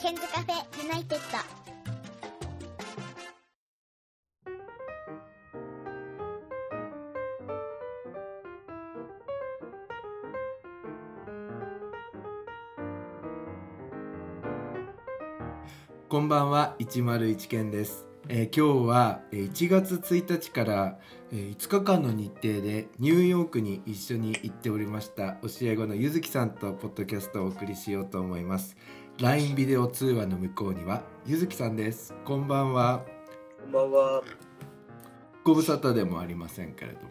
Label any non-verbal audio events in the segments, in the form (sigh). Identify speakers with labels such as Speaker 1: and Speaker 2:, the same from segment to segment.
Speaker 1: ケンズカフェユナイテッド。
Speaker 2: こんばんは101件です、えー今日はえー1月1日からえー5日間の日程でニューヨークに一緒に行っておりました教え子のゆずきさんとポッドキャストをお送りしようと思います LINE ビデオ通話の向こうにはゆずきさんですこんばんは
Speaker 3: こんばんは。
Speaker 2: ご無沙汰でもありませんけれども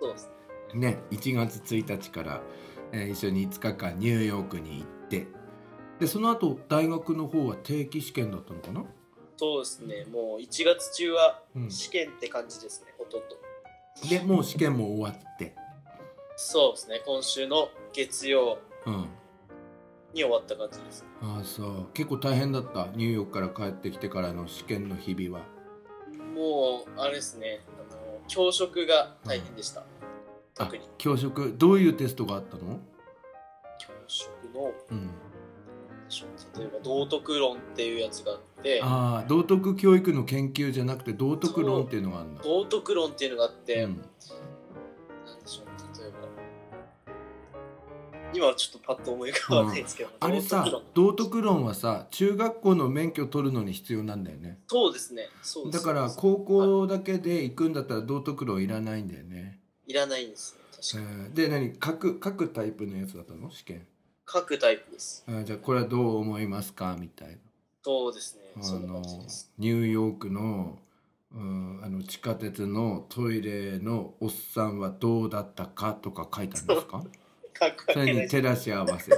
Speaker 3: そうですね。
Speaker 2: ね1月1日から、えー一緒に5日間ニューヨークに行ってでその後大学の方は定期試験だったのかな、
Speaker 3: そうですね。もう1月中は
Speaker 2: うん、
Speaker 3: 試験って感じですね。ほとんど。
Speaker 2: でもう試験も終わって
Speaker 3: そうですね。今週の月曜
Speaker 2: うん
Speaker 3: に終わった感じです。
Speaker 2: ああそう結構大変だったニューヨークから帰ってきてからの試験の日々は
Speaker 3: もうあれですね。あの教職が大変でした。
Speaker 2: あ
Speaker 3: 特に
Speaker 2: 教職どういうテストがあったの
Speaker 3: 教職の
Speaker 2: うん
Speaker 3: 例えば道徳論っていうやつがあって、
Speaker 2: ああ道徳教育の研究じゃなくて道徳論っていうのがあるんだ
Speaker 3: 道徳論っていうのがあって、
Speaker 2: うん
Speaker 3: なんでしょうね。例えば。今はちょっとパッと思い浮かばないんですけど、
Speaker 2: あれさ道徳論はさ中学校の免許取るのに必要なんだよね
Speaker 3: そうですねそうで
Speaker 2: だ
Speaker 3: す
Speaker 2: から
Speaker 3: そうです
Speaker 2: 高校だけで行くんだったら道徳論いらないんだよね、
Speaker 3: いらないんですね確
Speaker 2: え
Speaker 3: かに、
Speaker 2: ーで何各各タイプのやつだったの試験
Speaker 3: 各タイプです
Speaker 2: あーじゃあこれはどう思いますかみたいな
Speaker 3: そうですね。
Speaker 2: あ
Speaker 3: そん
Speaker 2: の
Speaker 3: な感じです。
Speaker 2: ニューヨークの,、うん、あの地下鉄のトイレのおっさんはどうだったかとか書いたんですか
Speaker 3: かっこ
Speaker 2: そ
Speaker 3: い
Speaker 2: れ
Speaker 3: いで
Speaker 2: に
Speaker 3: す。
Speaker 2: 照らし合わせ
Speaker 3: (laughs)
Speaker 2: て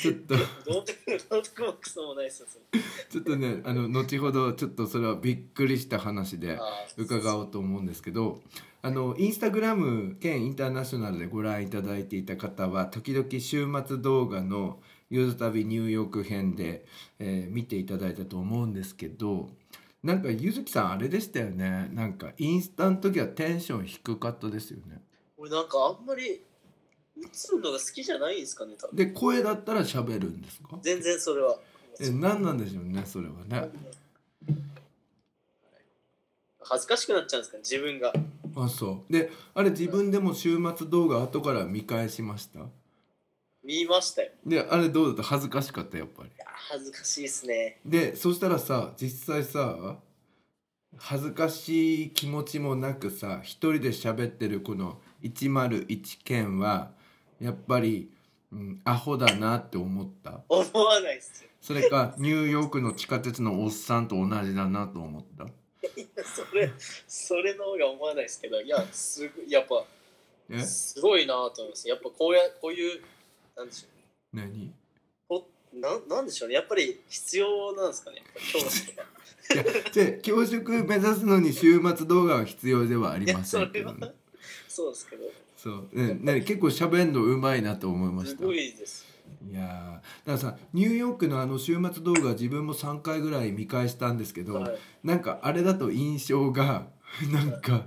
Speaker 2: ちょっと
Speaker 3: 道徳道徳もクソもないですよ。それ
Speaker 2: ちょっとねあの後ほどちょっとそれはびっくりした話で
Speaker 3: あ
Speaker 2: (laughs)
Speaker 3: ー
Speaker 2: 伺おうと思うんですけどあのインスタグラム兼インターナショナルでご覧いただいていた方は時々週末動画の「ゆずたびニューヨーク編で」えー見ていただいたと思うんですけどなんかゆずきさんあれでしたよねなんかインスタの時はテンション低かったですよね
Speaker 3: 俺なんかあんまり打つのが好きじゃないんですかね。多分
Speaker 2: で声だったら喋るんですか
Speaker 3: 全然それは。
Speaker 2: え何なんでしょうねそれはね
Speaker 3: 恥ずかしくなっちゃうんですかね。自分が。
Speaker 2: あそうであれ自分でも週末動画後から見返しました
Speaker 3: 見ましたよ。
Speaker 2: であれどうだった恥ずかしかったやっぱり
Speaker 3: いや恥ずかしいですね。
Speaker 2: でそしたらさ実際さ恥ずかしい気持ちもなくさ一人で喋ってるこの101件はやっぱり、うん、アホだなって思った
Speaker 3: 思わないですよ。
Speaker 2: それかニューヨークの地下鉄のおっさんと同じだなと思った
Speaker 3: いやそれそれの方が思わないですけど、いやすごいやっぱ
Speaker 2: え
Speaker 3: すごいなと思います。やっぱこうやこういうなんでしょう。
Speaker 2: 何い
Speaker 3: おなんなんでしょうねやっぱり必要なんですかねやっぱ教
Speaker 2: (laughs)
Speaker 3: 師とか
Speaker 2: やで教職目指すのに週末動画は必要ではあ
Speaker 3: い
Speaker 2: り
Speaker 3: や
Speaker 2: ませ
Speaker 3: そ
Speaker 2: んけ
Speaker 3: れ
Speaker 2: ど、
Speaker 3: は
Speaker 2: ね、
Speaker 3: そうですけど
Speaker 2: そう、ね、ね結構喋んのうまいなと思いまし
Speaker 3: す
Speaker 2: た
Speaker 3: ごいです
Speaker 2: いやーだからさニューヨークのあの週末動画自分も3回ぐらい見返したんですけど、
Speaker 3: はい
Speaker 2: なんかあれだと印象が (laughs) なんか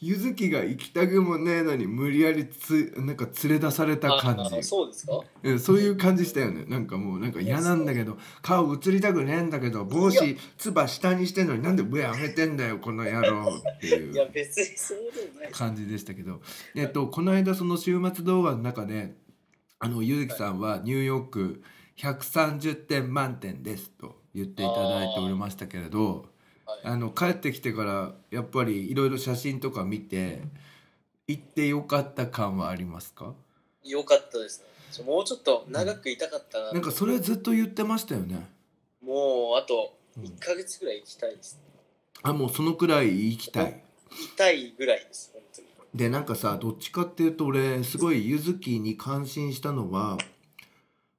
Speaker 2: ゆずきが行きたくもねえのに無理やりつなんか連れ出された感
Speaker 3: ああ
Speaker 2: じ
Speaker 3: そうですか
Speaker 2: うんそういう感じしたよねなんかもうなんか嫌なんだけど顔映りたくねえんだけど帽
Speaker 3: い
Speaker 2: 子つば下にしてんのになんで上上げてんだよこの野郎っていう。
Speaker 3: いや別にそうでもないです
Speaker 2: 感じでしたけど、えっと、この間その週末動画の中であのゆずきさんはニューヨーク130点満点ですと言っていただいておりましたけれど
Speaker 3: はい
Speaker 2: あの帰ってきてからやっぱりいろいろ写真とか見て行ってよかった感はありますか
Speaker 3: 良かったですねちょもうちょっと長くいたかったな
Speaker 2: なんかそれずっと言ってましたよね、
Speaker 3: もうあと
Speaker 2: うん
Speaker 3: 1か月ぐらい行きたいです、
Speaker 2: あもうそのくらい行きたい
Speaker 3: 痛いぐらいです本当に
Speaker 2: でなんかさどっちかっていうと俺すごいゆずきに感心したのは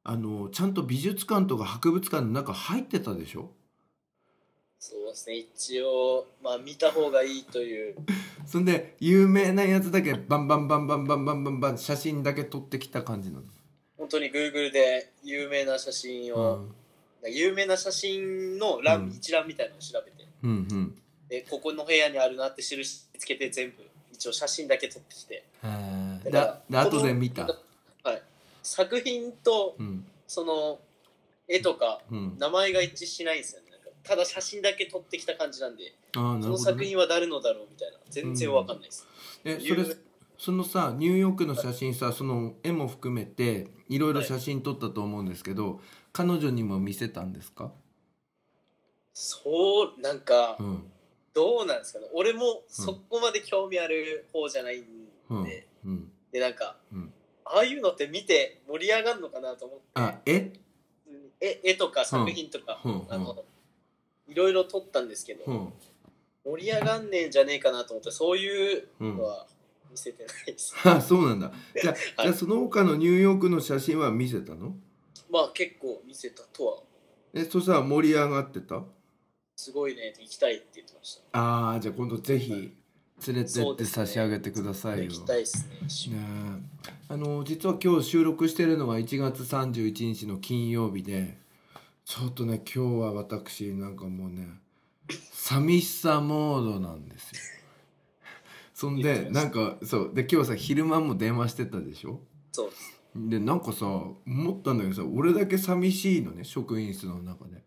Speaker 2: あのちゃんと美術館とか博物館の中入ってたでしょ
Speaker 3: そうですね一応まあ見た方がいいという
Speaker 2: そんで有名なやつだけバンバンバンバンバンバンバンバン写真だけ撮ってきた感じなの、
Speaker 3: 本当に Google で有名な写真を、有名な写真の欄、
Speaker 2: うん
Speaker 3: 一覧みたいなのを調べて
Speaker 2: うんうん
Speaker 3: でここの部屋にあるなって印つけて全部一応写真だけ撮ってきて
Speaker 2: うん
Speaker 3: だ
Speaker 2: だ
Speaker 3: か
Speaker 2: で
Speaker 3: ら
Speaker 2: 後で見た
Speaker 3: この作品と
Speaker 2: うん
Speaker 3: その絵とか
Speaker 2: うん、
Speaker 3: 名前が一致しないんですよねなんかただ写真だけ撮ってきた感じなんで
Speaker 2: ああな
Speaker 3: そ
Speaker 2: る
Speaker 3: の
Speaker 2: ほど、
Speaker 3: 作
Speaker 2: ね、
Speaker 3: 品は誰のだろうみたいな全然わかんないです、
Speaker 2: えそれ
Speaker 3: 有名
Speaker 2: そのさニューヨークの写真さその絵も含めていろいろ写真撮ったと思うんですけど、彼女にも見せたんですか、
Speaker 3: そうなんか
Speaker 2: うん
Speaker 3: どうなんですかね俺もそこまで興味ある方じゃないんで、
Speaker 2: うんうん、
Speaker 3: でなんか、
Speaker 2: うん
Speaker 3: ああいうのって見て盛り上がるのかなと思っ
Speaker 2: あ
Speaker 3: て
Speaker 2: え
Speaker 3: 絵絵とか作品とか、
Speaker 2: うんうん
Speaker 3: あのいろいろ撮ったんですけど、
Speaker 2: うん
Speaker 3: 盛り上がんねえんじゃねえかなと思ってそういう
Speaker 2: う
Speaker 3: の
Speaker 2: ん
Speaker 3: は見せてないです、
Speaker 2: (laughs) あそうなんだじゃ,、
Speaker 3: (laughs) はい
Speaker 2: じゃあその他のニューヨークの写真は見せたの
Speaker 3: まあ結構見せたとは
Speaker 2: えそしたら盛り上がってた
Speaker 3: すごいね行きたいって言ってまし
Speaker 2: あーじゃあ今度ぜひ連れて
Speaker 3: そ
Speaker 2: っ
Speaker 3: う
Speaker 2: て
Speaker 3: ですね
Speaker 2: 差し上げてくださ
Speaker 3: た
Speaker 2: いよ。
Speaker 3: 行きたいですね
Speaker 2: ねえあの実は今日収録してるのが1月31日の金曜日でちょっとね今日は私なんかもうね寂しさモードなんですよ。そん
Speaker 3: 言って
Speaker 2: で
Speaker 3: ました
Speaker 2: なんかそうで今日さ昼間も電話してたでしょ
Speaker 3: そうです
Speaker 2: でなんかさ思ったんだけどさ俺だけ寂しいのね職員室の中で。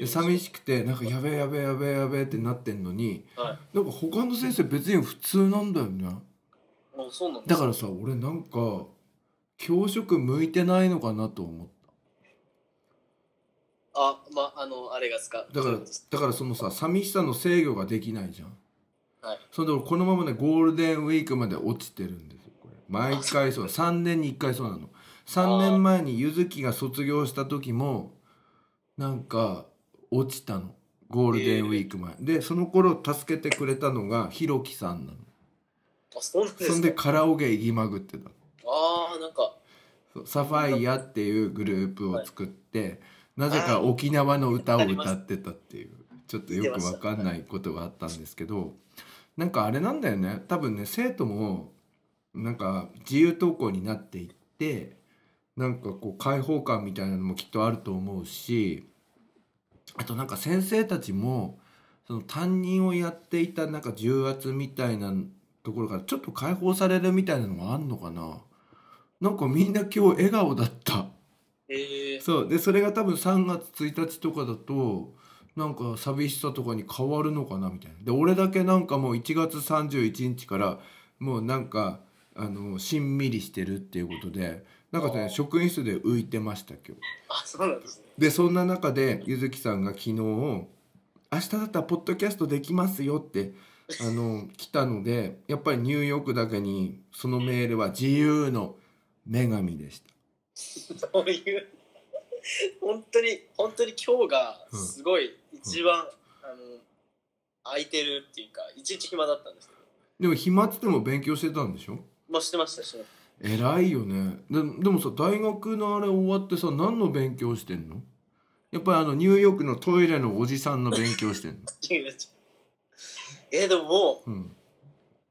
Speaker 2: で
Speaker 3: ー
Speaker 2: 寂しくてなんかやべえやべえやべえやべえってなってんのに、
Speaker 3: は
Speaker 2: なんか他の先生別に普通なんだよね
Speaker 3: もうそうなんで
Speaker 2: だ
Speaker 3: す
Speaker 2: からさ俺なんか教職向いてないのかなと思っ
Speaker 3: あまああのあれがですか
Speaker 2: ただからだからそのさ寂しさの制御ができないじゃん
Speaker 3: はい
Speaker 2: それで俺このままねゴールデンウィークまで落ちてるんですよこれ毎回そう3年に1回そうなの3年前にゆずきが卒業した時もなんか落ちたのゴールデンウィーク前、でその頃助けてくれたのがひろきさんなの
Speaker 3: あそうなんで
Speaker 2: そん
Speaker 3: す
Speaker 2: で
Speaker 3: か
Speaker 2: カラオケ行きまぐってた
Speaker 3: ああなんか
Speaker 2: そうサファイアっていうグループを作って、なぜか沖縄の歌を歌ってたっていうちょっとよくわかんないことがあったんですけど、なんかあれなんだよね多分ね生徒もなんか自由登校になっていってなんかこう開放感みたいなのもきっとあると思うしあとなんか先生たちもその担任をやっていたなんか重圧みたいなところからちょっと解放されるみたいなのがあんのかななんかみんな今日笑顔だった
Speaker 3: えー、
Speaker 2: そうでそれが多分3月1日とかだとなんか寂しさとかに変わるのかなみたいなで俺だけなんかもう1月31日からもうなんかあのしんみりしてるっていうことでなんか
Speaker 3: あ
Speaker 2: ね
Speaker 3: ー
Speaker 2: 職員室で浮いてました今日
Speaker 3: あそうなんですね
Speaker 2: でそんな中でゆずきさんが昨日「明日だったらポッドキャストできますよ」ってあの来たのでやっぱりニューヨークだけにそのメールは自由の女神でした。
Speaker 3: そういう本当に本当に今日がすごい一番、あの空いてるっていうか一日暇だったんですけど
Speaker 2: でも暇っつっても勉強してたんでしょ
Speaker 3: まあしてましたしてました
Speaker 2: 偉いよねででもさ大学のあれ終わってさ何の勉強してんのやっぱりあのニューヨークのトイレのおじさんの勉強してんの
Speaker 3: (laughs) えーでももう
Speaker 2: うん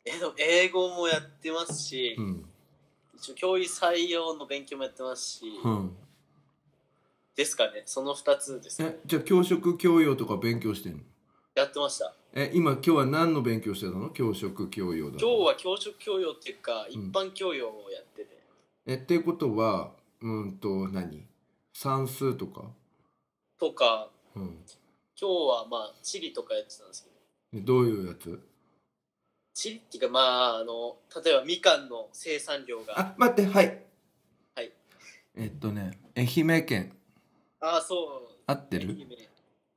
Speaker 3: えーでも英語もやってますし、
Speaker 2: うん
Speaker 3: 一応教員採用の勉強もやってますし、
Speaker 2: うん
Speaker 3: ですかねその2つですね
Speaker 2: えじゃあ教職教養とか勉強してんの
Speaker 3: やってました
Speaker 2: え今今日は何の勉強してたの教職教養だ
Speaker 3: 今日は教職教養っていうか一
Speaker 2: ん
Speaker 3: 般教養をやってて、
Speaker 2: えっていうことはうんと何算数とか
Speaker 3: とか
Speaker 2: うん
Speaker 3: 今日はまあ地理とかやってたんですけど
Speaker 2: でどういうやつ
Speaker 3: 地理っていうかまああの例えばみかんの生産量が
Speaker 2: あ待ってはい
Speaker 3: はい
Speaker 2: えっとね愛媛県
Speaker 3: ああそう
Speaker 2: 合って
Speaker 3: 愛
Speaker 2: る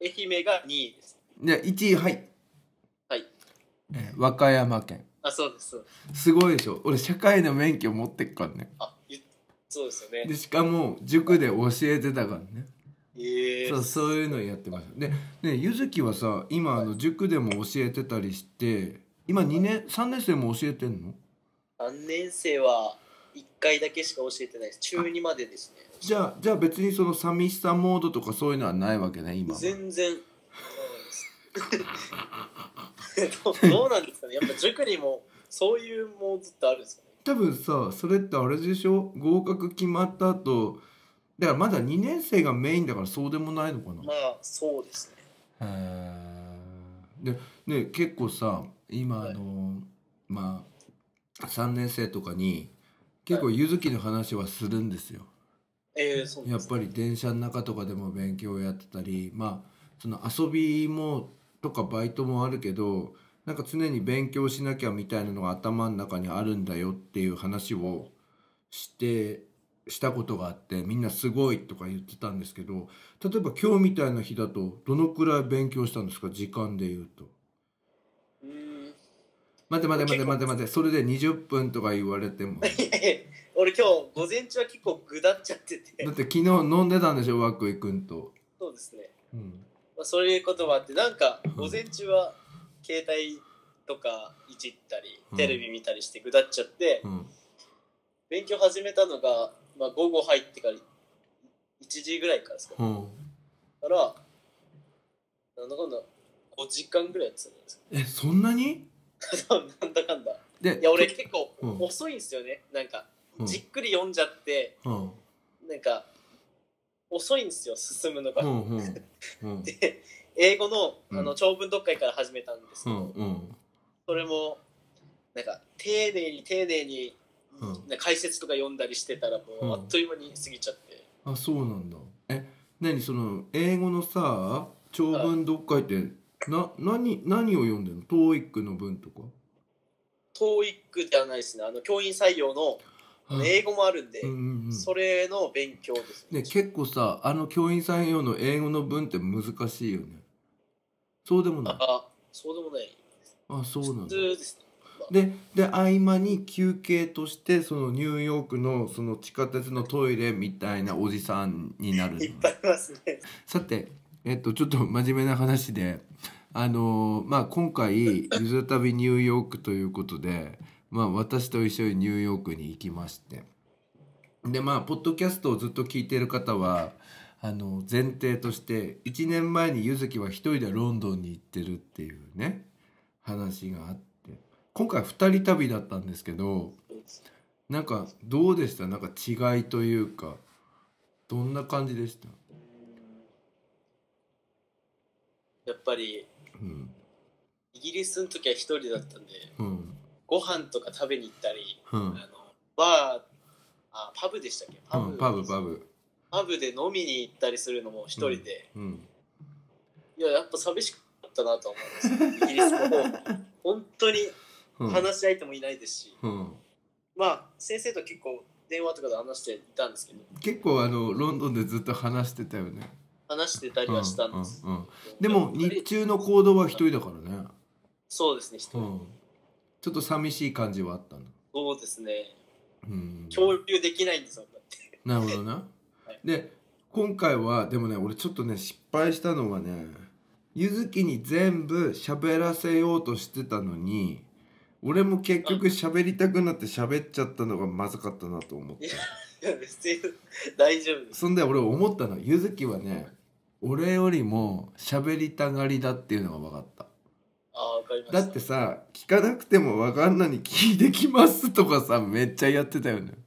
Speaker 3: 媛愛媛が2位です
Speaker 2: じゃあ1位はい
Speaker 3: はい
Speaker 2: え和歌山県
Speaker 3: あそうですそうです
Speaker 2: すごいでしょ俺社会の免許持ってっからね
Speaker 3: あゆそうですよね
Speaker 2: でしかも塾で教えてたからね
Speaker 3: ええ
Speaker 2: そうそういうのやってましたでねゆずきはさ今あの塾でも教えてたりして今2年3年生も教えてんの
Speaker 3: 3年生は1回だけしか教えてないです中2までですね
Speaker 2: じゃあじゃあ別にその寂しさモードとかそういうのはないわけね今は
Speaker 3: 全 (laughs) 然どうどうなんですかねやっぱ塾にもそういうもうずっとあるんですかね
Speaker 2: 多分さそれってあれでしょ合格決まった後だからまだ2年生がメインだからそうでもないのかな
Speaker 3: まあそうですね
Speaker 2: でね結構さ今
Speaker 3: はい
Speaker 2: あの、まあ3年生とかに結構ゆずきの話はするんですよ。
Speaker 3: ええそうなん
Speaker 2: や
Speaker 3: で
Speaker 2: っ
Speaker 3: す
Speaker 2: ぱり電車の中とかでも勉強をやってたりまあその遊びもとかバイトもあるけどなんか常に勉強しなきゃみたいなのが頭の中にあるんだよっていう話をしてしたことがあってみんなすごいとか言ってたんですけど例えば今日みたいな日だとどのくらい勉強したんですか時間で言うと。
Speaker 3: うーん
Speaker 2: 待て待て待て待て待てそれで20分とか言われてもだ
Speaker 3: いやいや (laughs) 俺今日午前中は結構ぐだっちゃってて
Speaker 2: って昨日飲んでたんでしょ涌井君と。
Speaker 3: そうですね、
Speaker 2: うん
Speaker 3: まあ、そういうこともあってなんか
Speaker 2: うん
Speaker 3: 午前中は携帯とかいじったり
Speaker 2: うん
Speaker 3: テレビ見たりしてぐだっちゃって
Speaker 2: うん
Speaker 3: 勉強始めたのが、まあ、午後入ってから1時ぐらいからですか
Speaker 2: うん、
Speaker 3: だからなんだかんだ5時間ぐらいやってたんじゃないです
Speaker 2: えそんなに
Speaker 3: か (laughs) なんだかんだ
Speaker 2: で
Speaker 3: いや俺結構
Speaker 2: うん
Speaker 3: 遅いんですよねなんか
Speaker 2: うん
Speaker 3: じっくり読んじゃって
Speaker 2: うん
Speaker 3: なんか遅いんですよ進むの
Speaker 2: う
Speaker 3: が
Speaker 2: んうんうん
Speaker 3: で英語のあ
Speaker 2: う
Speaker 3: の
Speaker 2: ん
Speaker 3: 長文読解から始めたんですけ
Speaker 2: う
Speaker 3: ど、
Speaker 2: んうん
Speaker 3: それもなんか丁寧に丁寧に、
Speaker 2: うん
Speaker 3: 解説とか読んだりしてたらも
Speaker 2: うん
Speaker 3: うあっという間に過ぎちゃって、
Speaker 2: あそうなんだえ何その英語のさ長文読解ってな何何を読んでんの TOEIC の文とか
Speaker 3: TOEIC ではないですねあの教員採用の
Speaker 2: あ
Speaker 3: 英語もあるんで、
Speaker 2: うんうんうん
Speaker 3: それの勉強です
Speaker 2: ね
Speaker 3: ね
Speaker 2: 結構さあの教員さん用の英語の文って難しいよねそうでもない
Speaker 3: あそうでもない
Speaker 2: あそうな
Speaker 3: 普
Speaker 2: んだ
Speaker 3: 通ですね
Speaker 2: でで合間に休憩としてそのニューヨークのその地下鉄のトイレみたいなおじさんになるの
Speaker 3: いっぱいいますね
Speaker 2: さて、えっと、ちょっと真面目な話で、あのまあ、今回「ゆずたびニューヨーク」ということで、まあ、私と一緒にニューヨークに行きましてでまあポッドキャストをずっと聞いている方はあの前提として1年前にゆずきは一人でロンドンに行ってるっていうね話があって今回二人旅だったんですけどなんかどうでしたなんか違いというかどんな感じでした、
Speaker 3: やっぱり
Speaker 2: うん
Speaker 3: イギリスの時は一人だったんで
Speaker 2: うん
Speaker 3: ご飯とか食べに行ったり
Speaker 2: うん
Speaker 3: あのバーあパブでしたっけパブ,、
Speaker 2: うん、パブパブ、
Speaker 3: パブで飲みに行ったりするのも一人で、
Speaker 2: うん、
Speaker 3: いややっぱ寂しかったなとは思うんですよイギリスの方
Speaker 2: (laughs)
Speaker 3: 本当に
Speaker 2: うん
Speaker 3: 話し相手もいないですし、
Speaker 2: うん、
Speaker 3: まあ先生と結構電話とかで話していたんですけど
Speaker 2: 結構あのロンドンでずっと話してたよね
Speaker 3: 話してたりはしたんです、
Speaker 2: うんうんうん、でも日中の行動は一人だからね、
Speaker 3: そうですね一
Speaker 2: う
Speaker 3: 人、
Speaker 2: ん、ちょっと寂しい感じはあったの、
Speaker 3: そうですね
Speaker 2: うん、
Speaker 3: 共有できないんですよだって
Speaker 2: なるほどな、
Speaker 3: はい
Speaker 2: で今回はでもね俺ちょっとね失敗したのはねゆずきに全部喋らせようとしてたのに俺も結局喋りたくなって喋っちゃったのがまずかったなと思って。
Speaker 3: いや (laughs) 別に大丈夫です
Speaker 2: そんで俺思ったのゆずきはね俺よりも喋りたがりだっていうのが分かった
Speaker 3: ああわかりました
Speaker 2: だってさ聞かなくても分かんないに聞いてきますとかさめっちゃやってたよね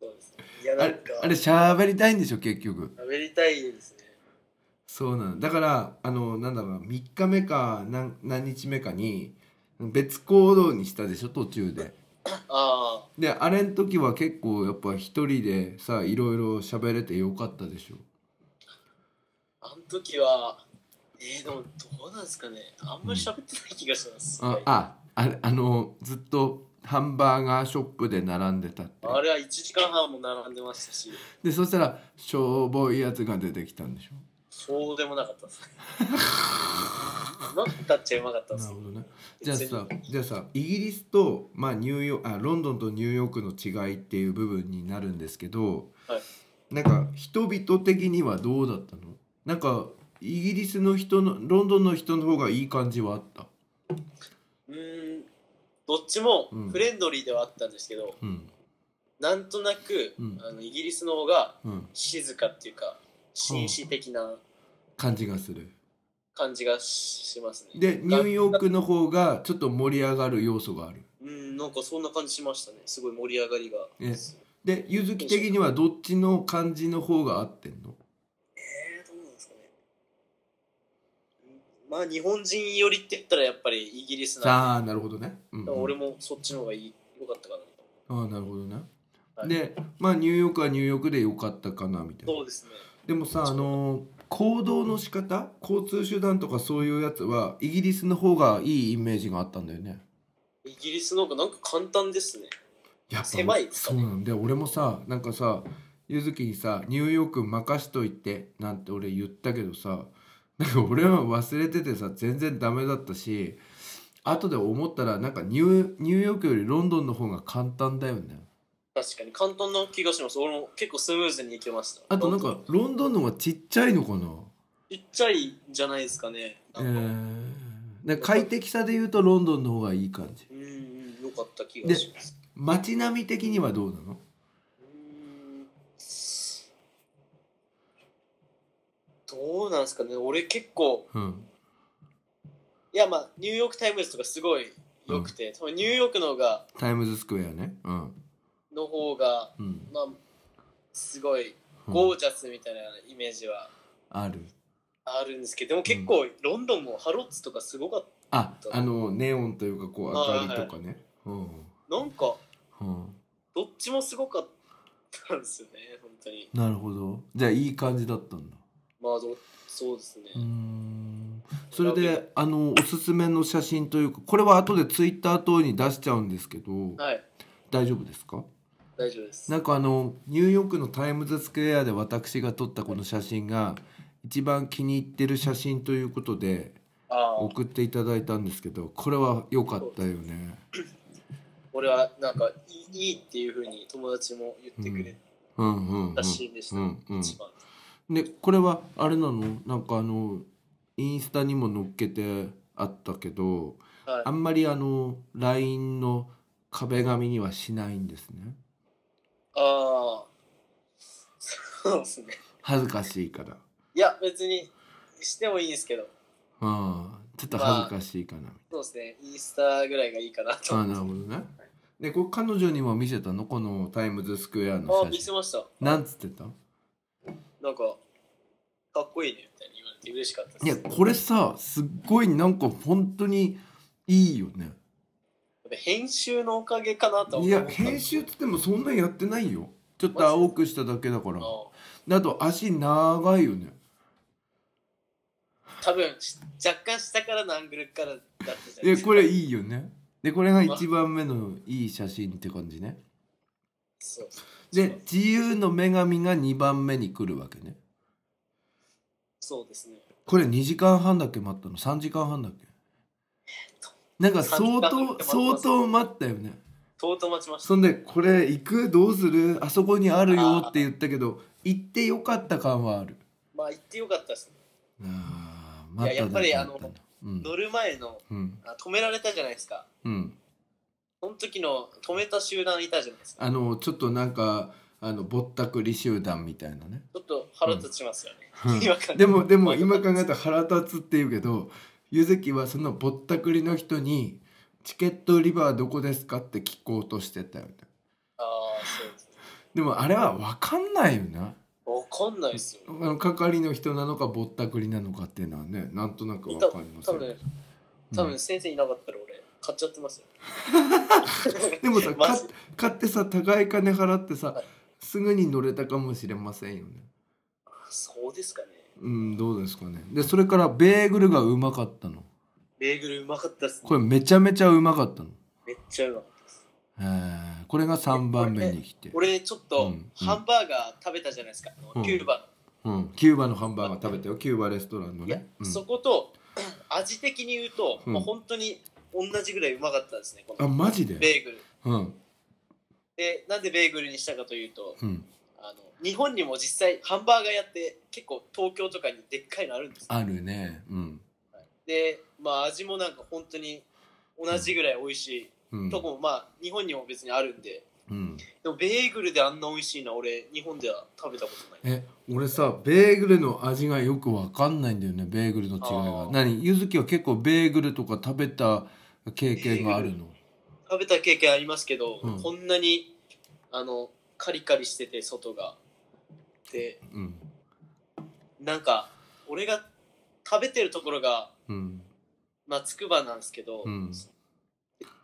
Speaker 3: そうですねいや
Speaker 2: あ
Speaker 3: なん
Speaker 2: れ
Speaker 3: か
Speaker 2: あれ喋りたいんでしょ結局
Speaker 3: 喋りたいですね
Speaker 2: そうなのだからあのなんだろうな3日目か何何日目かに別行動にしたでしょ途中で
Speaker 3: ああ
Speaker 2: であれの時は結構やっぱ一人でさいろいろ喋れてよかったでしょ
Speaker 3: あの時はえー、でもどうなんですかねあんまり喋ってない気がします、
Speaker 2: あああれあのずっとハンバーガーショップで並んでたって
Speaker 3: あれは1時間半も並んでましたし
Speaker 2: でそしたらしょぼいやつが出てきたんでしょ
Speaker 3: そうでもなかったです
Speaker 2: (laughs)
Speaker 3: ねうまかったっちゃうまかったで
Speaker 2: な
Speaker 3: す
Speaker 2: るほ
Speaker 3: けど
Speaker 2: どねじゃあ
Speaker 3: 別に
Speaker 2: さじゃあさイギリスと、まあ、ニューヨーあロンドンとニューヨークの違いっていう部分になるんですけど、
Speaker 3: は
Speaker 2: なんか人々的にはどうだったのなんかイギリスの人のロンドンの人の方がいい感じはあった
Speaker 3: うーんどっちも
Speaker 2: うん
Speaker 3: フレンドリーではあったんですけど、
Speaker 2: うん
Speaker 3: なんとなく、
Speaker 2: うん
Speaker 3: あのイギリスの方が
Speaker 2: うん
Speaker 3: 静かっていうか紳士的な
Speaker 2: 感じがする
Speaker 3: 感じがしますね
Speaker 2: でニューヨー
Speaker 3: ク
Speaker 2: クの方がちょっと盛り上がる要素がある
Speaker 3: うんなんかそんな感じしましたねすごい盛り上がりが
Speaker 2: ねでゆずき的にはどっちの感じの方が合ってんの
Speaker 3: えー、どうなんですかね。まあ、日本人寄りって言ったらやっぱりイギリスなんで
Speaker 2: さあなるほどね、うん
Speaker 3: でも俺もそっちの方がいい良かったかな。
Speaker 2: ああなるほどね
Speaker 3: はい
Speaker 2: でまあニューヨークはニューヨークで良かったかなみたいな
Speaker 3: そうですね。
Speaker 2: でもさあの行動の仕方交通手段とかそういうやつはイギリスの方がいいイメージがあったんだよね
Speaker 3: イギリスの方がなんか簡単ですね。
Speaker 2: やっぱ
Speaker 3: 狭いです
Speaker 2: そ
Speaker 3: か
Speaker 2: う
Speaker 3: ね
Speaker 2: なんで俺もさなんかさゆずきにさ「ニューヨーク任しといて」なんて俺言ったけどさなんか俺は忘れててさ全然ダメだったし後で思ったらなんかニューニューヨークよりロンドンの方が簡単だよね
Speaker 3: 確かに簡単な気がします。俺も結構スムーズにいけました。
Speaker 2: あとなんかロンドンの方がちっちゃいのかな
Speaker 3: ちっちゃいじゃないですかね。
Speaker 2: え
Speaker 3: なんか
Speaker 2: ー、なんか快適さで言うとロンドンの方がいい感じ
Speaker 3: うんうん、良かった気がします。
Speaker 2: 街並み的にはどうなの
Speaker 3: うーんどうなんですかね。俺結構、
Speaker 2: うん
Speaker 3: いやまあ、ニューヨークタイムズとかすごい良くて、多分ニューヨークの方が、
Speaker 2: タイムズスクエアねうん
Speaker 3: の方が、
Speaker 2: うん
Speaker 3: まあ、すごい
Speaker 2: うん
Speaker 3: ゴージャスみたいなイメージは
Speaker 2: ある
Speaker 3: あるんですけど、でも結構ロンドンもハロッツとかすごかっ
Speaker 2: ああのネオンというかこう
Speaker 3: あー
Speaker 2: 明かりとかねうん
Speaker 3: た。なんか、
Speaker 2: うん
Speaker 3: どっちもすごかったんですよね、本当に。
Speaker 2: なるほどじゃあいい感じだったんだ
Speaker 3: まあ、どそうですね。
Speaker 2: うーんそれであのおすすめの写真というかこれは後でツイッター等に出しちゃうんですけど
Speaker 3: はい、
Speaker 2: 大丈夫ですか
Speaker 3: 大丈夫です。
Speaker 2: なんかあのニューヨークのタイムズスクエアで私が撮ったこの写真が一番気に入ってる写真ということで
Speaker 3: ああ、
Speaker 2: 送っていただいたんですけどこれは良かったよね。
Speaker 3: 俺はなんかいいいいっていうふうに友達も言ってくれ
Speaker 2: うんうんうん
Speaker 3: たシーンでした、
Speaker 2: うんうん
Speaker 3: 一番。
Speaker 2: でこれはあれなのなんかあのインスタにも載っけてあったけど
Speaker 3: はい
Speaker 2: あんまりあの LINE の壁紙にはしないんですね
Speaker 3: ああ、そうですね。
Speaker 2: 恥ずかしいから
Speaker 3: いや、別にしてもいいんですけど、
Speaker 2: あちょっと恥ずかしいかな、
Speaker 3: そうですね、インスタぐらいがいいかなと
Speaker 2: あ
Speaker 3: 思
Speaker 2: あ
Speaker 3: っ
Speaker 2: な
Speaker 3: て。
Speaker 2: るほどねでこれ彼女にも見せたのこのタイムズスクエア
Speaker 3: あ
Speaker 2: の
Speaker 3: あ、
Speaker 2: 写
Speaker 3: 見
Speaker 2: 真
Speaker 3: せました。
Speaker 2: なんつってた
Speaker 3: なんか、かっこいいねみたいに言われて嬉しかっ
Speaker 2: い
Speaker 3: たで
Speaker 2: や
Speaker 3: す。
Speaker 2: これさすっごいなんか本当にいいよね
Speaker 3: 編集のおかげかなと思
Speaker 2: い
Speaker 3: った
Speaker 2: や
Speaker 3: んですけど
Speaker 2: 編集っつってもそんなやってないよちょっと青くしただけだから
Speaker 3: あ
Speaker 2: であと足長いよね
Speaker 3: あ多分し若干下からのアングルからだったじゃないですか。
Speaker 2: えこれいいよねでこれが一番目のいい写真って感じね
Speaker 3: そうそう
Speaker 2: で自由の女神が2番目に来るわけね
Speaker 3: そうですね。
Speaker 2: これ2時間半だっけ待ったの3時間半だっけなんか相
Speaker 3: 3時間
Speaker 2: 当
Speaker 3: 半って待ってます
Speaker 2: 相当待ったよね
Speaker 3: とうとう待ちました。
Speaker 2: そんでこれ行くどうするあそこにあるよって言ったけど行ってよかった感はある
Speaker 3: まあ行ってよかったですね。
Speaker 2: あー
Speaker 3: いややっぱり
Speaker 2: だたんだ
Speaker 3: あの乗る前の
Speaker 2: うんうん
Speaker 3: あ止められたじゃないですか。
Speaker 2: うん
Speaker 3: その時の止めた集団いたじゃないですか。
Speaker 2: あのちょっとなんかあのぼったくり集団みたいなね
Speaker 3: ちょっと腹立ちますよね。
Speaker 2: うん
Speaker 3: (laughs) 今から
Speaker 2: (laughs) でもでも今考えたら腹立つっていうけどゆずきはそのぼったくりの人に「チケット売り場はどこですか?」って聞こうとしてたよね
Speaker 3: ああ、そうですね。
Speaker 2: でもあれは分かんないよな
Speaker 3: わかんないです
Speaker 2: あ
Speaker 3: よ。
Speaker 2: の係の人なのかぼったくりなのかっていうのはねなんとなく分かりませ
Speaker 3: 多
Speaker 2: ん
Speaker 3: 分多分先生いなかったら俺買っちゃってますよ。
Speaker 2: (laughs) でもさ
Speaker 3: マ
Speaker 2: か
Speaker 3: ジ
Speaker 2: 買ってさ高い金払ってさ
Speaker 3: はい
Speaker 2: すぐに乗れたかもしれませんよね
Speaker 3: そうですかね。
Speaker 2: うんどうですかねでそれからベーグルがうまかったの
Speaker 3: ベーグルうまかったっすね。
Speaker 2: これめちゃめちゃうまかったの
Speaker 3: めっちゃうまかった。
Speaker 2: えーこれが3番目に来て、
Speaker 3: 俺ちょっ
Speaker 2: う
Speaker 3: と
Speaker 2: ん
Speaker 3: ハンバーガー食べたじゃないですか、
Speaker 2: うん
Speaker 3: キューバ
Speaker 2: うん、キューバのハンバーガー食べたよキューバレストランの
Speaker 3: のいや
Speaker 2: ね、、うん
Speaker 3: そこと (clears throat) 味的に言うと、
Speaker 2: うん
Speaker 3: まあ、本当に同じぐらいうまかったですねこ
Speaker 2: あ
Speaker 3: の
Speaker 2: マジ
Speaker 3: ベ
Speaker 2: で
Speaker 3: ーグル
Speaker 2: うん
Speaker 3: でなんでベーグルにしたかというと
Speaker 2: うん
Speaker 3: あの日本にも実際ハンバーガー屋って結構東京とかにでっかいのあるんですよ
Speaker 2: あるねうん
Speaker 3: でまあ味もなんか本当に同じぐらい美味し
Speaker 2: う
Speaker 3: い
Speaker 2: ん
Speaker 3: とこもまあ日本にも別にあるんで
Speaker 2: うん、
Speaker 3: でもベーグルであんな美味しいのは俺日本では食べたことない
Speaker 2: え俺さベーグルの味がよくわかんないんだよねベーグルの違い
Speaker 3: あ
Speaker 2: が
Speaker 3: ー
Speaker 2: 何ゆずきは結構ベーグルとか食べた経験があるの
Speaker 3: 食べた経験ありますけど、
Speaker 2: うん
Speaker 3: こんなにあのカリカリしてて外がで
Speaker 2: うん
Speaker 3: なんか俺が食べてるところが
Speaker 2: うん
Speaker 3: まあつくばなんですけど、
Speaker 2: うん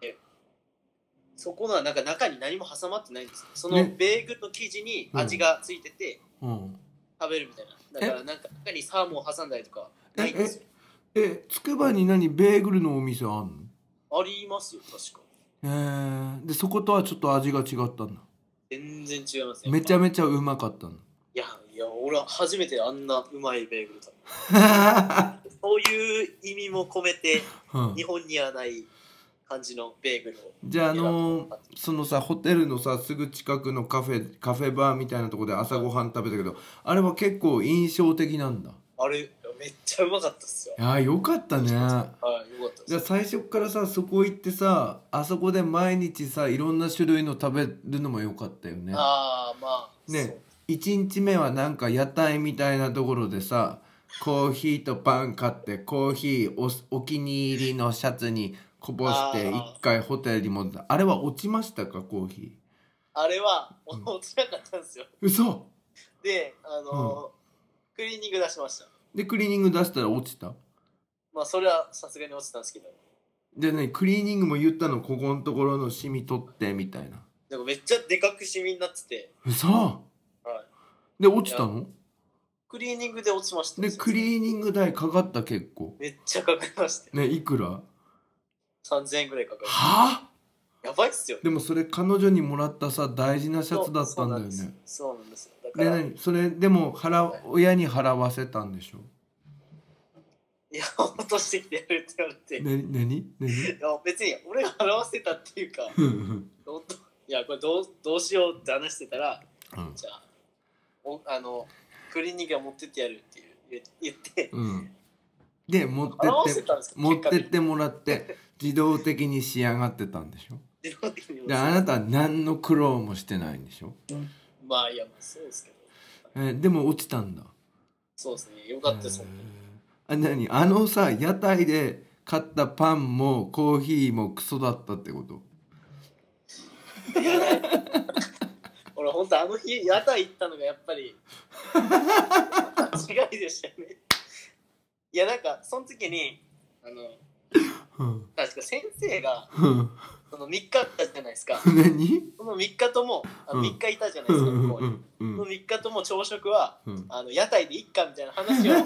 Speaker 3: えそこのはなんか中に何も挟まってないんですその
Speaker 2: ね
Speaker 3: ベーグルの生地に味がついてて
Speaker 2: うん、
Speaker 3: 食べるみたいなだからなんか中にサーモンを挟んだりとかないんですよ
Speaker 2: えつくばに何ベーグルのお店あんの
Speaker 3: ありますよ確か
Speaker 2: えー、でそことはちょっと味が違ったんだ
Speaker 3: 全然違いますね
Speaker 2: めちゃ
Speaker 3: め
Speaker 2: めちゃうまかったん
Speaker 3: いやいや俺は初めてあんなうまいベーグル食
Speaker 2: (laughs)
Speaker 3: べ
Speaker 2: だ、
Speaker 3: たそういう意味も込めて
Speaker 2: うん
Speaker 3: 日本にはない感じのベーグルを
Speaker 2: じゃああのーそのさホテルのさすぐ近くのカフェカフェバーみたいなとこで朝ごはん食べたけどあれは結構印象的なんだ
Speaker 3: あれめっちゃうまかったっすよ
Speaker 2: いやーよかったねじゃ
Speaker 3: はいよかったっす
Speaker 2: あ最初っからさそこ行ってさあそこで毎日さいろんな種類の食べるのもよかったよね
Speaker 3: ああまあ
Speaker 2: ね1日目はなんか屋台みたいなところでさコーヒーとパン買ってコーヒーおすお気に入りのシャツにこぼして
Speaker 3: あー
Speaker 2: 一回ホテルに戻ったあれは落ちましたかコーヒ
Speaker 3: あれは
Speaker 2: うん
Speaker 3: 落ちなかったんですよ。
Speaker 2: ー嘘
Speaker 3: で、あのークリーニング出しました。
Speaker 2: でクリーニング出したら落ちた
Speaker 3: まあ、それはさすがに落ちたんですけど、
Speaker 2: でねクリーニングも言ったのここのところのシミ取ってみたいな
Speaker 3: でもめっちゃでかくシミになってて、
Speaker 2: 嘘
Speaker 3: は
Speaker 2: で落ちたの
Speaker 3: クリーニングで落ちました。
Speaker 2: でクリーニング代かかった結構
Speaker 3: めっちゃかかりましたよ。
Speaker 2: ねいくらは
Speaker 3: 3000円ぐらいかかる。
Speaker 2: あ
Speaker 3: やばいっすよ。
Speaker 2: でもそれ彼女にもらったさ大事なシャツだったんだよ
Speaker 3: そう
Speaker 2: ね
Speaker 3: そうなんですそうなんですよ。だか
Speaker 2: で
Speaker 3: ら、
Speaker 2: 何それでも払親に払わせたんでしょ
Speaker 3: いや、落としてきてやるって言われて、
Speaker 2: な何何
Speaker 3: (laughs) いや別に俺が払わせたっていうか、
Speaker 2: ふんふん
Speaker 3: どういや、これどうどうしようって話してたら、
Speaker 2: うん
Speaker 3: じゃあ、おあのクリーニングは持ってってやるっていう言言って、
Speaker 2: うんで持って
Speaker 3: 払わせ
Speaker 2: って
Speaker 3: たんですか
Speaker 2: 持ってっ
Speaker 3: 結果
Speaker 2: てもらって自動的に仕上がってたんでしょ
Speaker 3: 自動的に
Speaker 2: であなたは何の苦労もしてないんでしょ
Speaker 3: まあいやまあそうですけど
Speaker 2: えーでも落ちたんだ
Speaker 3: そうですねよかったです
Speaker 2: えー
Speaker 3: 本当に
Speaker 2: あ何あのさ屋台で買ったパンもコーヒーもクソだったってこと
Speaker 3: 俺本当あの日屋台行ったのがやっ
Speaker 2: (laughs)
Speaker 3: ぱり間違いでしたよねいやなんかその時にあの
Speaker 2: うん
Speaker 3: 確か先生が
Speaker 2: うん
Speaker 3: その3日あったじゃないですか
Speaker 2: 何
Speaker 3: その3日ともあ
Speaker 2: うん
Speaker 3: 3日いたじゃないうです
Speaker 2: ん
Speaker 3: か、
Speaker 2: うん
Speaker 3: こ
Speaker 2: う
Speaker 3: う
Speaker 2: んう
Speaker 3: そ
Speaker 2: ん
Speaker 3: の3日とも朝食は
Speaker 2: うん
Speaker 3: あの屋台でいっかみたいな話
Speaker 2: (laughs)
Speaker 3: を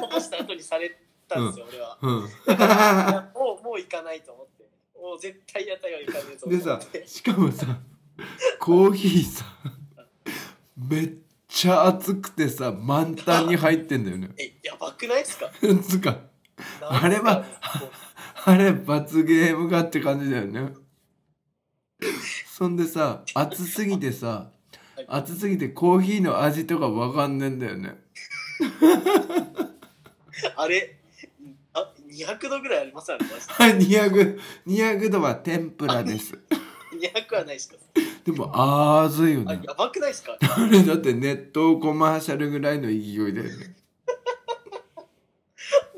Speaker 3: こぼした後にされたんですよ、俺は
Speaker 2: うん
Speaker 3: いや (laughs) もうもう行かないと思ってもう絶対屋台は行かねえと思
Speaker 2: で
Speaker 3: って
Speaker 2: さしかもさコーヒーさめっちゃ熱くてさ満タンに入ってんだよね
Speaker 3: えやばくないですか
Speaker 2: つうか
Speaker 3: なん
Speaker 2: (laughs) あれは
Speaker 3: ですかも
Speaker 2: あれ罰ゲームかって感じだよねそんでさ熱すぎてさ
Speaker 3: はい
Speaker 2: 熱すぎてコーヒーの味とかわかんねえんだよね
Speaker 3: うあれあ200度ぐらいありますあれマジで
Speaker 2: はい200 200度は天ぷらです
Speaker 3: 200はないですか
Speaker 2: でもあーずいよ
Speaker 3: あ
Speaker 2: ね
Speaker 3: やばくないですか
Speaker 2: あれだってネットコマーシャルぐらいの勢いだよね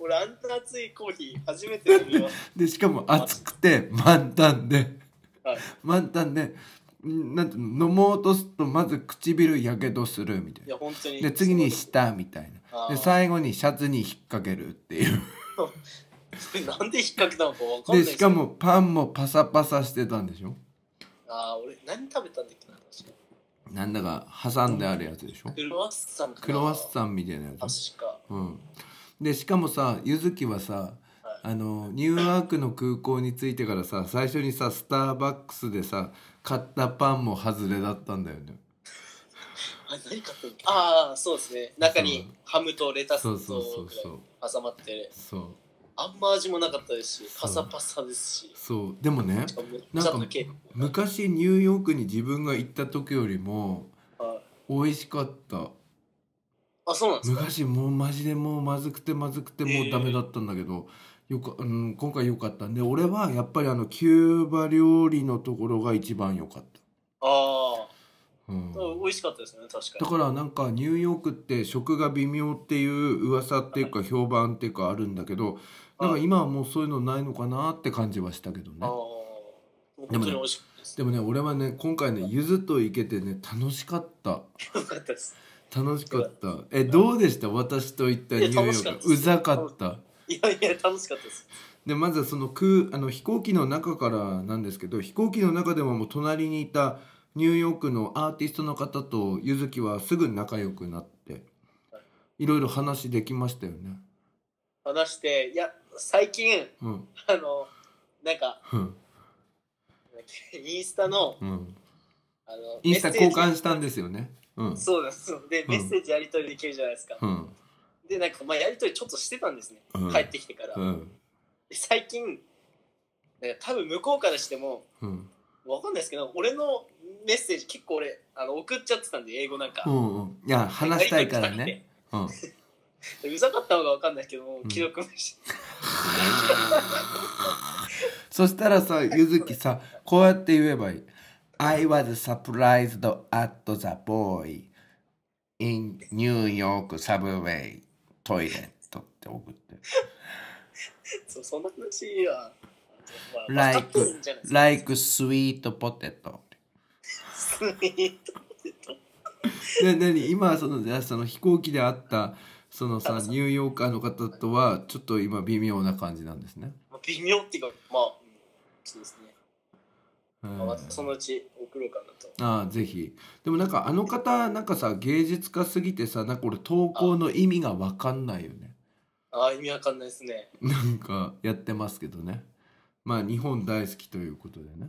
Speaker 3: 俺あんな熱いコーヒー初めて飲みまし
Speaker 2: でしかも暑くて満タンで
Speaker 3: た、はい、
Speaker 2: 満タンでんなんていうの飲もうとするとまず唇やけどするみたい
Speaker 3: いや本当に
Speaker 2: なで次に舌みたいな
Speaker 3: あ
Speaker 2: で
Speaker 3: ー
Speaker 2: 最後にシャツに引っ掛けるっていう
Speaker 3: それなんで引っ掛けたのかわかんない
Speaker 2: で
Speaker 3: っ
Speaker 2: し
Speaker 3: す
Speaker 2: かもパンもパサパサしてたんでしょ
Speaker 3: あー俺何食べたんだっけな確か
Speaker 2: なんだか挟んであるやつでしょ
Speaker 3: クロワッサンかな
Speaker 2: クロワッサンみたいなやつ、
Speaker 3: 確か
Speaker 2: うん、でしかもさゆずきはさ
Speaker 3: は
Speaker 2: あのニューヨークの空港に着いてからさ最初にさスターバックスでさ買ったパンも外れだったんだよね
Speaker 3: あれ何買ったのああそうですね中にハムとレタス
Speaker 2: そ
Speaker 3: と
Speaker 2: うそうそう
Speaker 3: ぐ
Speaker 2: そう
Speaker 3: らい挟まってる
Speaker 2: そう
Speaker 3: あんま味もなかったですし
Speaker 2: そう
Speaker 3: パサパサですし
Speaker 2: そうでもね
Speaker 3: しかもめっち
Speaker 2: なん
Speaker 3: ゃ
Speaker 2: か
Speaker 3: 抜け
Speaker 2: 昔ニューヨークに自分が行った時よりも
Speaker 3: はい
Speaker 2: 美味しかった
Speaker 3: あそうなんですか
Speaker 2: 昔もうマジでもうまずくてまずくてもう
Speaker 3: えー
Speaker 2: ダメだったんだけど、よかうん、今回良かったんで俺はやっぱりあのキューバ料理のところが一番良かっ
Speaker 3: あ
Speaker 2: た、うん
Speaker 3: あ、美味しかったですね確
Speaker 2: だ
Speaker 3: か
Speaker 2: からなんかニューヨークって食が微妙っていう噂っていうか評判っていうかあるんだけどなんか今はもうそういうのないのかなって感じはしたけど
Speaker 3: にああ
Speaker 2: ねでも
Speaker 3: 本当
Speaker 2: ね
Speaker 3: に美味しかったです
Speaker 2: でもね俺はね今回ねゆずと行けてね楽しかった
Speaker 3: よかったです
Speaker 2: 楽しかったえどうでした私と行ったニューヨ
Speaker 3: いや楽しか
Speaker 2: ー
Speaker 3: ったで
Speaker 2: ク
Speaker 3: す
Speaker 2: うざかった
Speaker 3: いやいや楽しかったです
Speaker 2: でまずはその空あの飛行機の中からなんですけど飛行機の中でももう隣にいたニューヨークのアーティストの方とゆずきはすぐ仲良くなっていろいろ話できましたよね。
Speaker 3: 話していや最近
Speaker 2: うん
Speaker 3: あのなんか
Speaker 2: うん
Speaker 3: インスタの
Speaker 2: うん、
Speaker 3: あの
Speaker 2: インスタ
Speaker 3: メッセー
Speaker 2: 交
Speaker 3: ジ
Speaker 2: 換したんですよね。うん
Speaker 3: そうですでメッセージやり取りできるじゃないですか、
Speaker 2: うん
Speaker 3: でなんかまあやり取りちょっとしてたんですね、
Speaker 2: うん
Speaker 3: 帰ってきてから、
Speaker 2: うん
Speaker 3: で最近なんか多分向こうからしても
Speaker 2: うん
Speaker 3: わかんないですけど俺のメッセージ結構俺あの送っちゃってたんで英語なんか、
Speaker 2: うんうんいや話したいからね。うん
Speaker 3: でうざかったのかわかんないけども
Speaker 2: うん
Speaker 3: 既読無視、
Speaker 2: そしたらさ、ゆずきさ、こうやって言えばいい。I was surprised at the boy in New York subway toilet って送って。
Speaker 3: (laughs) そうそんな話は、まあ、
Speaker 2: Like
Speaker 3: 分かってるんじゃないですか
Speaker 2: Like sweet potato. で、なに今その、じゃあその飛行機で会った、そのさ、ニューヨーカーの方とは、ちょっと今微妙な感じなんですね。
Speaker 3: まあ (laughs) 微妙っていうかまあうんそうですね、
Speaker 2: うん
Speaker 3: まあ、そのうち送ろうかなと
Speaker 2: ああぜひでもなんかあの方なんかさ芸術家すぎてさなんか俺投稿の意味が分かんないよね
Speaker 3: ああ意味わかんないですね
Speaker 2: なんかやってますけどねまあ日本大好きということでね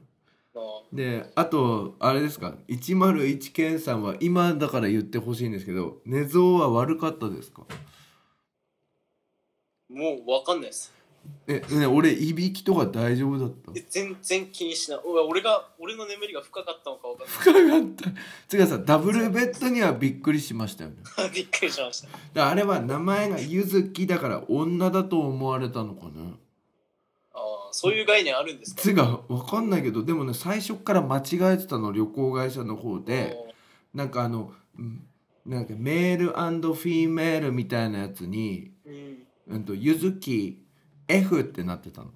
Speaker 3: まあ
Speaker 2: であとあれですか101健さんは今だから言ってほしいんですけど寝相は悪かったですか
Speaker 3: もうわかんないです
Speaker 2: え、ね、俺いびきとか大丈夫だった
Speaker 3: え全然気にしないおい俺が俺の眠りが深かったのかわかんない
Speaker 2: 深かったつうかさダブルベッドにはびっくりしましたよね
Speaker 3: (laughs) びっくりしました。
Speaker 2: であれは名前がゆずきだから女だと思われたのかな
Speaker 3: ああ、そういう概念あるんですか
Speaker 2: つが分かんないけどでもね最初から間違えてたの旅行会社の方でなんかあのうんなんかメールフィメールみたいなやつに
Speaker 3: うん。
Speaker 2: 「うん、とゆずき F」ってなってたの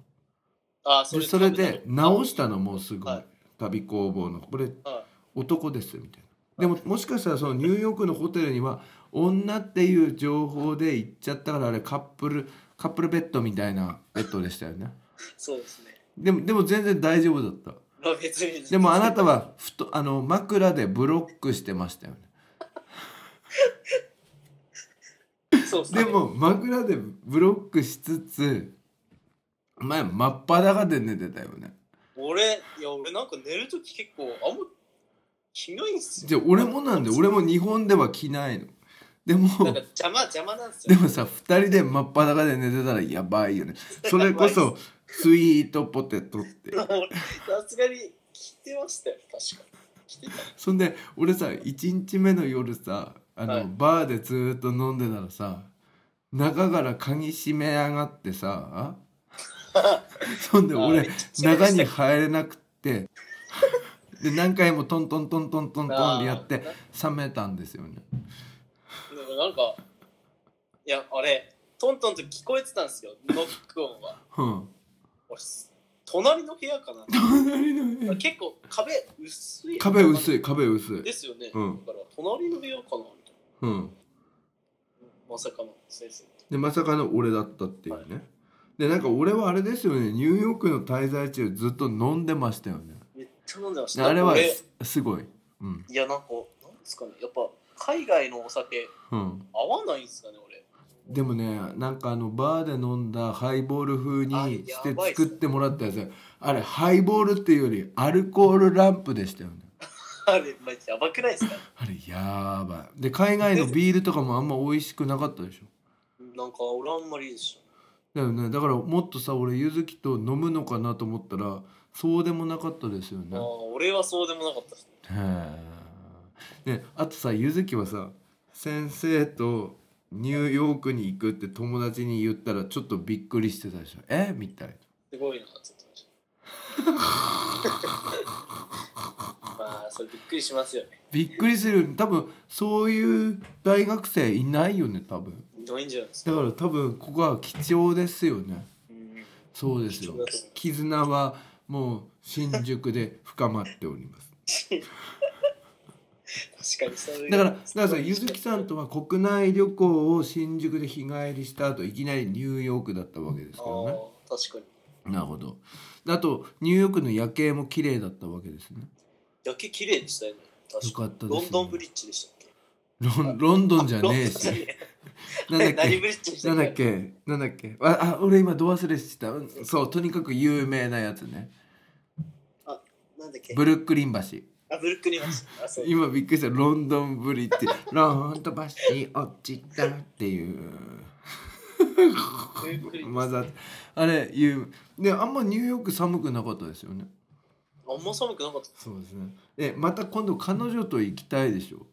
Speaker 3: ああ、そ
Speaker 2: で
Speaker 3: れ
Speaker 2: それで直したのもうすぐ、
Speaker 3: はい
Speaker 2: 旅工房のこれ
Speaker 3: は
Speaker 2: 男ですみたいなでももしかしたらそのニューヨークのホテルには女っていう情報で行っちゃったからあれカップルカップルベッドみたいなベッドでしたよね
Speaker 3: そうですね。
Speaker 2: でもでも全然大丈夫だった
Speaker 3: まあ別に。
Speaker 2: でもあなたはふとあの枕でブロックしてましたよね。
Speaker 3: (laughs) そうですね。
Speaker 2: でも枕でブロックしつつ前真っ裸で寝てたよね。
Speaker 3: 俺、いや、俺なんか寝るとき結構、あんま、気ないんですよ。
Speaker 2: じゃあ俺もなんで俺も日本では着ないの。でも
Speaker 3: なんか邪魔、邪魔なんです
Speaker 2: で
Speaker 3: よ。
Speaker 2: もさ2人で真っ裸で寝てたらやばいよね。それこそスイートポテトって。
Speaker 3: 俺さすがに、着てましたよ、確かに。着てた。
Speaker 2: そんで俺さ1日目の夜さあの、
Speaker 3: はい
Speaker 2: バーでずーっと飲んでたらさ中から鍵閉めやがってさ
Speaker 3: (laughs)
Speaker 2: そんで
Speaker 3: あーめ
Speaker 2: 俺
Speaker 3: っちゃ
Speaker 2: 中に入れなくってで何回もトントントントントントンってやって冷めたんですよね。
Speaker 3: なんか、いや、あれ、トントンと聞こえてたんですよ、ノック音は。
Speaker 2: うん、
Speaker 3: 俺、隣の部屋
Speaker 2: (laughs)
Speaker 3: かな。
Speaker 2: 隣の部屋
Speaker 3: 結構壁薄い
Speaker 2: 壁薄い壁薄い
Speaker 3: で。すよね、
Speaker 2: うん
Speaker 3: だから隣の部屋かなみたい
Speaker 2: うん
Speaker 3: なまさかの先生
Speaker 2: でまさかの俺だったっていうね、でなんか俺はあれですよねニューヨークの滞在中ずっと飲んでましたよね
Speaker 3: めっちゃ飲んでまし
Speaker 2: で
Speaker 3: た
Speaker 2: あれは
Speaker 3: 俺
Speaker 2: すすごいうん
Speaker 3: いやなんかなんですかねやっぱ海外のお酒
Speaker 2: うん
Speaker 3: 合わないんですかね俺 (laughs)
Speaker 2: でもねなんかあのバーで飲んだハイボール風にし
Speaker 3: あ
Speaker 2: て
Speaker 3: やばいっす
Speaker 2: 作ってもらったやつあれハイボールっていうよりアルコールランプでしたよね
Speaker 3: あれマジやばくないですか
Speaker 2: あれやばいで海外のビールとかもあんま美味しくなかったでしょ
Speaker 3: なんか俺あんまりでし
Speaker 2: だよねだからもっとさ俺ゆずきと飲むのかなと思ったらそうでもなかったですよ
Speaker 3: ょ、
Speaker 2: ね
Speaker 3: あー俺はそうでもなかったですね
Speaker 2: へえねあとさゆずきはさ先生とニューヨークに行くって友達に言ったらちょっとびっくりしてたでしょえみたいな
Speaker 3: すごいなって言ってました
Speaker 2: (laughs)
Speaker 3: まあそれびっくりしますよね
Speaker 2: びっくりするよね多分そういう大学生いないよね多分
Speaker 3: どういいんじゃないですか、
Speaker 2: だから多分ここは貴重ですよね
Speaker 3: うん
Speaker 2: そうですよ
Speaker 3: 貴重だと思う
Speaker 2: 絆はもう新宿で深まっており
Speaker 3: (laughs)
Speaker 2: ます
Speaker 3: 確かにそういう
Speaker 2: だからだからさゆずきさんとは国内旅行を新宿で日帰りした後いきなりニューヨークだったわけですけどね
Speaker 3: あー確かに。
Speaker 2: なるほどあとニューヨークの夜景も綺麗だったわけですね
Speaker 3: 夜景綺麗でしたよね。確
Speaker 2: よかったですね
Speaker 3: ロンドンブリッジでしたっけ
Speaker 2: ロンロンドンじゃねえし
Speaker 3: ロンドンじゃね
Speaker 2: なんだ
Speaker 3: え
Speaker 2: っ
Speaker 3: 何
Speaker 2: け
Speaker 3: ブリッジでした
Speaker 2: な
Speaker 3: っ
Speaker 2: ん
Speaker 3: け
Speaker 2: だっけなんだっけああ俺今ど忘れしてたうんそうとにかく有名なやつね
Speaker 3: なんだっけ
Speaker 2: ブルックリン橋
Speaker 3: あ、ブルックリン橋。あ、そう。
Speaker 2: 今びっくりしたロンドンブリ
Speaker 3: (laughs)
Speaker 2: ッジロンドン橋に落ちたっていう
Speaker 3: ブルックリン
Speaker 2: まだあれいうであんまニューヨーク寒くなかったですよね
Speaker 3: あんま寒くなかった。
Speaker 2: そうですねえまた今度彼女と行きたいでしょ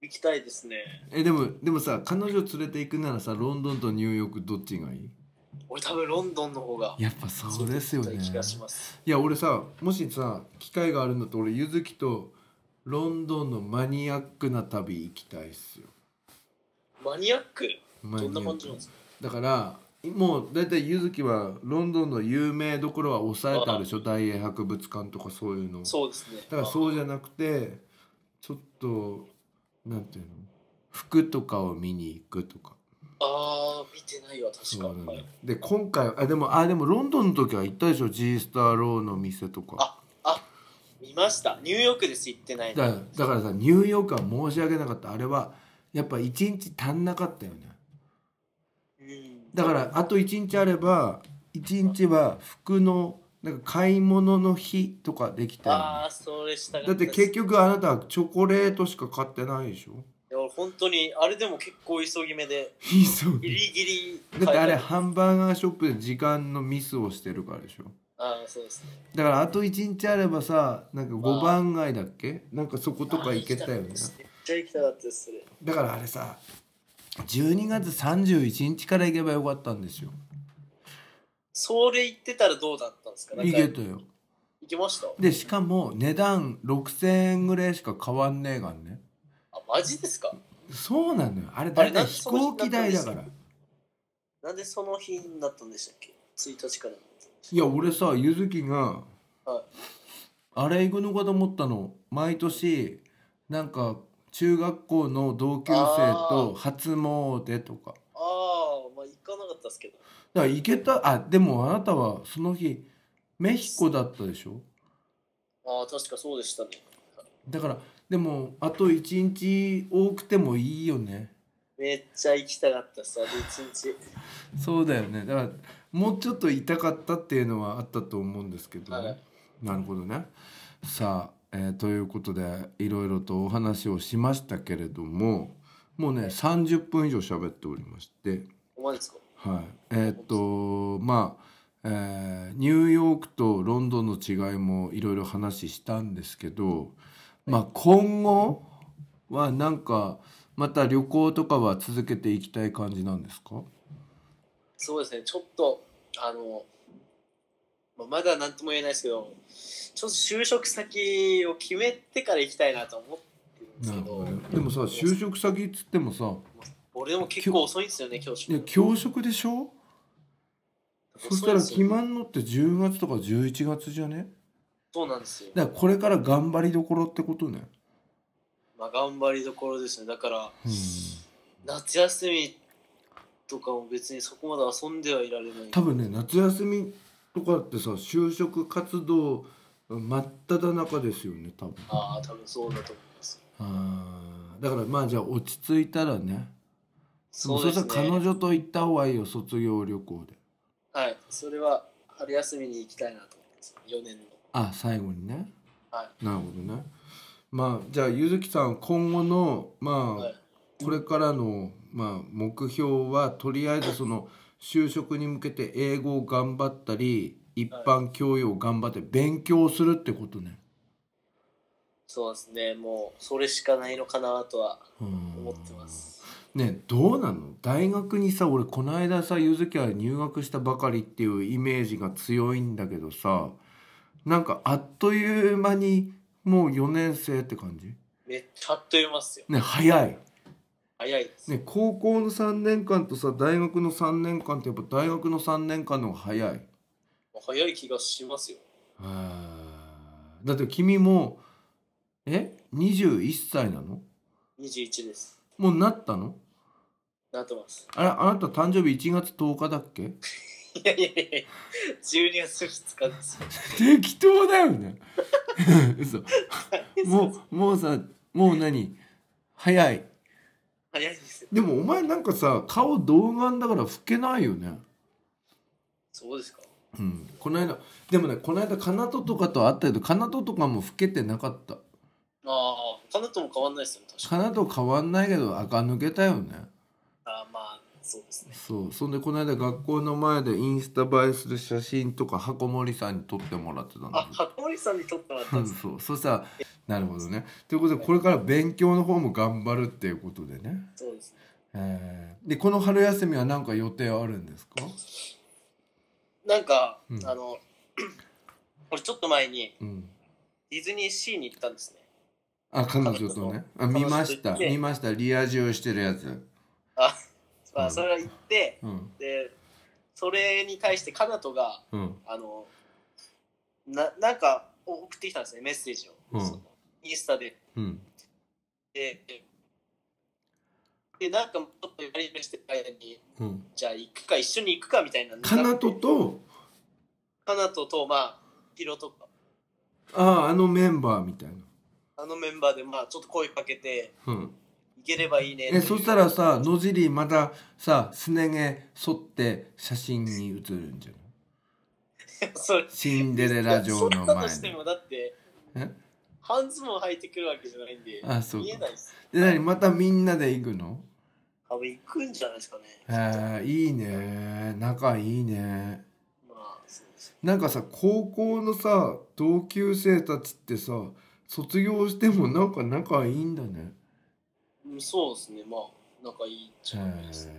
Speaker 3: 行きたいですね。
Speaker 2: えでもでもさ彼女連れて行くならさロンドンとニューヨークどっちがいい
Speaker 3: 俺多分ロンドンの方が。
Speaker 2: やっぱそうですよね
Speaker 3: 気がします。
Speaker 2: いや俺さもしさ機会があるんだと俺ゆずきとロンドンのマニアックな旅行きたいっすよ
Speaker 3: マニアック
Speaker 2: マニア
Speaker 3: ど
Speaker 2: ッ
Speaker 3: ん
Speaker 2: ク
Speaker 3: な感じなんですか
Speaker 2: だからもう大体ゆずきはロンドンの有名どころは抑えてあるでしょ大英博物館とかそういうの
Speaker 3: そうですね。
Speaker 2: だからそうじゃなくてちょっとなんていうの服とかを見に行くとか
Speaker 3: ああ、見てないわ、確
Speaker 2: そうなんだ
Speaker 3: か。はい
Speaker 2: で今回あでもあでもロンドンの時は行ったでしょ G スターローの店とか
Speaker 3: 見ました。ニューヨークです、行ってないの。
Speaker 2: だだからさニューヨークは申し訳なかったあれはやっぱ一日足んなかったよね
Speaker 3: うん
Speaker 2: だからあと一日あれば一日は服のなんか買い物の日とかできたよ
Speaker 3: あ
Speaker 2: ね
Speaker 3: あ、それした
Speaker 2: だ
Speaker 3: かた
Speaker 2: っ
Speaker 3: で
Speaker 2: て
Speaker 3: す
Speaker 2: 結局あなたはチョコレートしか買ってないでしょ
Speaker 3: いや俺本当に、あれでも結構急ぎ目で、
Speaker 2: 急
Speaker 3: ギ
Speaker 2: ぎ
Speaker 3: リギリ買
Speaker 2: (laughs)
Speaker 3: え
Speaker 2: だ
Speaker 3: た。
Speaker 2: ってあれハンバーガーショップで時間のミスをしてるからでしょ
Speaker 3: ああ、そうですね。
Speaker 2: だからあと1日あればさなんか5番街だっけなんかそことか行けたよ
Speaker 3: あー行
Speaker 2: ね
Speaker 3: きたかったですめっちゃ行きたかったです、それ。
Speaker 2: だからあれさ12月31日から行けばよかったんですよ
Speaker 3: それ行ってたらどうだったんですかなん
Speaker 2: 行
Speaker 3: か
Speaker 2: け
Speaker 3: 行
Speaker 2: たよ
Speaker 3: きました
Speaker 2: でしかも値段6,000円ぐらいしか変わんねえがんね
Speaker 3: あ、マジですか
Speaker 2: そうなのよあれ
Speaker 3: あ
Speaker 2: だ
Speaker 3: れ
Speaker 2: いたい飛行機代だから
Speaker 3: なんでその日になったんでしたっけ ?1 日からだったんでし
Speaker 2: いや俺さゆずきが
Speaker 3: はい
Speaker 2: あれ行くのかと思ったの毎年なんか中学校の同級生と初詣とか
Speaker 3: たああ、まあ行かなかったですけど。
Speaker 2: だから行けたあでもあなたはその日メヒコだったでしょ
Speaker 3: ああ、確かそうでしたね。
Speaker 2: だからでもあと1日多くてもいいよね
Speaker 3: めっちゃ行きたかったさ、で1日。
Speaker 2: そうだよねだからもうちょっと痛かったっていうのはあったと思うんですけど、ね
Speaker 3: はい
Speaker 2: なるほどねさあ、えーということでいろいろとお話をしましたけれどももうね30分以上喋っておりまして
Speaker 3: お前ですか
Speaker 2: はい、えーっとまあ、えーニューヨークとロンドンの違いもいろいろ話したんですけど、まあ、今後はなんかまた旅行とかは続けていきたい感じなんですか
Speaker 3: そうですね、ちょっと、あの、まあまだ何とも言えないですけど、ちょっと就職先を決めてから行きたいなと思ってるんですけど、
Speaker 2: でもさ就職先っつってもさ
Speaker 3: 俺でも結構遅いんですよね、教
Speaker 2: い
Speaker 3: 職。
Speaker 2: や教職でしょそしたら決まんのって10月とか11月じゃね
Speaker 3: そうなんですよ。
Speaker 2: だからこれから頑張りどころってことね。
Speaker 3: まあ、頑張りどころですね。だから、
Speaker 2: うん
Speaker 3: 夏休みとかも別にそこまで遊んではいられない。
Speaker 2: 多分ね夏休みとかってさ就職活動真っ只中ですよね多分
Speaker 3: ああ、多分そうだと思います。
Speaker 2: あーだからまあじゃあ落ち着いたらね
Speaker 3: そうです
Speaker 2: したら彼
Speaker 3: ね。
Speaker 2: 女と行った方がいいよ卒業旅行で
Speaker 3: はい。それは春休みに行きたいなと思います。4年の。
Speaker 2: あ最後にね
Speaker 3: は
Speaker 2: なるほどねまあじゃあゆずきさん今後のまあ、
Speaker 3: はい
Speaker 2: これからの、まあ、目標はとりあえずその就職に向けて英語を頑張ったり一般教養を頑張って勉強するってことね、
Speaker 3: そうですね。もう、それしかないのかなとは
Speaker 2: うん
Speaker 3: 思ってます。
Speaker 2: ねどうなの大学にさ俺この間さゆずきは入学したばかりっていうイメージが強いんだけどさなんかあっという間にもう4年生って感じ
Speaker 3: めっちゃあっという間っすよ。
Speaker 2: ね早い
Speaker 3: 早いです。
Speaker 2: ね高校の3年間とさ大学の3年間ってやっぱ大学の3年間の方が早い
Speaker 3: もう早い気がしますよ。
Speaker 2: あーだって君もえ21歳なの
Speaker 3: 21です。
Speaker 2: もうなったの
Speaker 3: なってます。 (laughs)
Speaker 2: あれあなた誕生日1月10日だっけ
Speaker 3: いやいやいや12月2日です
Speaker 2: (laughs) 適当だよね (laughs) 嘘もうもうさもう何早い
Speaker 3: 早いですよ
Speaker 2: でもお前なんかさ顔童顔だから老けないよね
Speaker 3: そうですか
Speaker 2: うんこの間でもねこの間かなととかと会ったけどかなととかも老けてなかった
Speaker 3: ああ彼とも変わんないですよね確か
Speaker 2: かなと変わんないけど垢抜けたよね
Speaker 3: あーまあそうですね
Speaker 2: そうそんでこの間学校の前でインスタ映えする写真とか箱森さんに撮ってもらってたんだ
Speaker 3: あ
Speaker 2: けど
Speaker 3: 箱森さんに撮ってもらった
Speaker 2: うんん
Speaker 3: ですね
Speaker 2: そうそしたらなるほどねということでこれから勉強の方も頑張るっていうことでね
Speaker 3: そうですね
Speaker 2: えーでこの春休みは何か予定あるんですか
Speaker 3: なんか、
Speaker 2: うん
Speaker 3: あの (clears throat) 俺ちょっと前に
Speaker 2: うん
Speaker 3: ディズニーシーに行ったんですね
Speaker 2: あ彼女とねあ見ました
Speaker 3: 彼女と行って
Speaker 2: 見ましたリア充してるやつ
Speaker 3: あ、ま
Speaker 2: うん
Speaker 3: あ、それは行って
Speaker 2: うん
Speaker 3: でそれに対してかなとが
Speaker 2: うん
Speaker 3: あのななんかお送ってきたんですねメッセージを、
Speaker 2: うん
Speaker 3: そのインスタで
Speaker 2: うん
Speaker 3: でででなんかちょっとやり取りしてる間に
Speaker 2: うん
Speaker 3: じゃあ行くか一緒に行くかみたいな
Speaker 2: かなとと
Speaker 3: かなととまあヒロとか
Speaker 2: あああのメンバーみたいな
Speaker 3: あのメンバーでまあちょっと声かけて
Speaker 2: うん
Speaker 3: 行ければいいね
Speaker 2: えそしたらさ野尻またさすね毛剃って写真に写るんじゃない
Speaker 3: (laughs) それ
Speaker 2: シンデレラ城の
Speaker 3: いやそんなと
Speaker 2: 前
Speaker 3: して
Speaker 2: に
Speaker 3: もだって
Speaker 2: え
Speaker 3: 半ズボン履いてくるわけじゃないんで
Speaker 2: あそう
Speaker 3: 見え
Speaker 2: か
Speaker 3: ないです
Speaker 2: で何またみんなで行くの
Speaker 3: 多分行くんじゃないですかね
Speaker 2: えー、いいね仲いいね
Speaker 3: まあそうです
Speaker 2: なんかさ高校のさ同級生たちってさ卒業してもなんか仲いいんだね。
Speaker 3: うんそうですねまあ仲いいっちゃいいですね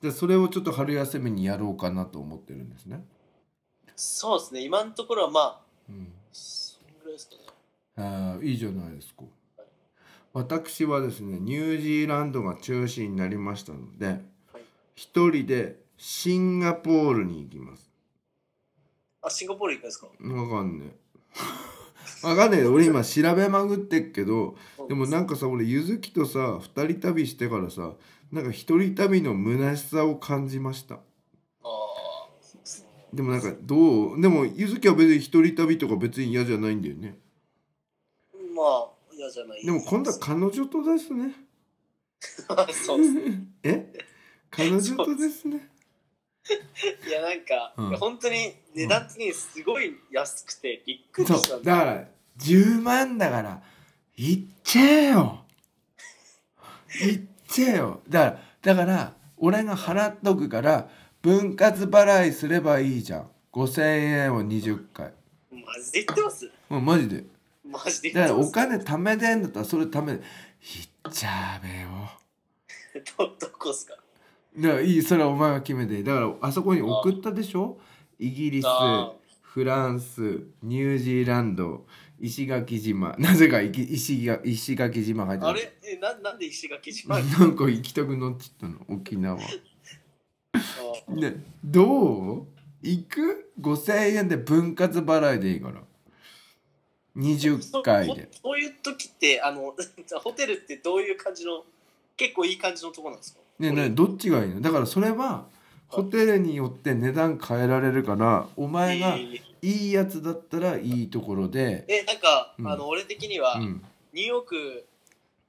Speaker 2: でそれをちょっと春休みにやろうかなと思ってるんですね。
Speaker 3: そうですね今のところはまあ
Speaker 2: うん、
Speaker 3: そんぐらいですかね
Speaker 2: あーいいじゃないですか。私はですねニュージーランドが中止になりましたので
Speaker 3: はい
Speaker 2: 一人でシンガポールに行きます。
Speaker 3: あシンガポール行くんですか
Speaker 2: わかんねえ。わかんねえ俺今調べまぐってっけどでもなんかさ俺ゆずきとさ二人旅してからさなんか一人旅の虚しさを感じました
Speaker 3: ああそうですね
Speaker 2: でもなんかどうでもゆずきは別に一人旅とか別に嫌じゃないんだよね
Speaker 3: まあ嫌じゃない
Speaker 2: でも今度は彼女とですね
Speaker 3: (laughs) そうですね
Speaker 2: え彼女とですね
Speaker 3: いやなんか、
Speaker 2: うん
Speaker 3: いや本当に値段的にすごい安くてびっくり
Speaker 2: そ
Speaker 3: したん
Speaker 2: う
Speaker 3: で
Speaker 2: だから10万だから行っちゃえよ行っちゃえよだからだから俺が払っとくから分割払いすればいいじゃん5,000円を20回
Speaker 3: マジで言ってます
Speaker 2: もうマジで
Speaker 3: マジで言
Speaker 2: だから
Speaker 3: ってま
Speaker 2: お
Speaker 3: す
Speaker 2: 金貯めてんだったらそれ貯めて行っちゃえべよ
Speaker 3: どどこですか
Speaker 2: だからいいそれはお前が決めてだからあそこに送ったでしょイギリス
Speaker 3: あ
Speaker 2: フランスニュージーランド石垣島なぜかいき石垣石垣島入って
Speaker 3: ー
Speaker 2: る
Speaker 3: あれえななんで石垣島
Speaker 2: な
Speaker 3: に
Speaker 2: んか行きたくなっちゃったの沖縄
Speaker 3: あー
Speaker 2: ねどう行く ?5,000 円で分割払いでいいから20回
Speaker 3: (laughs)
Speaker 2: で
Speaker 3: そそういう時ってあの (laughs) ホテルってどういう感じの結構いい感じのとこなんですか
Speaker 2: ねねどっちがいいのだからそれはホテルによって値段変えられるからお前がい
Speaker 3: えー
Speaker 2: いやつだったらいいところで、
Speaker 3: えなんか、
Speaker 2: うん
Speaker 3: あの俺的には、
Speaker 2: うん
Speaker 3: ニューヨーク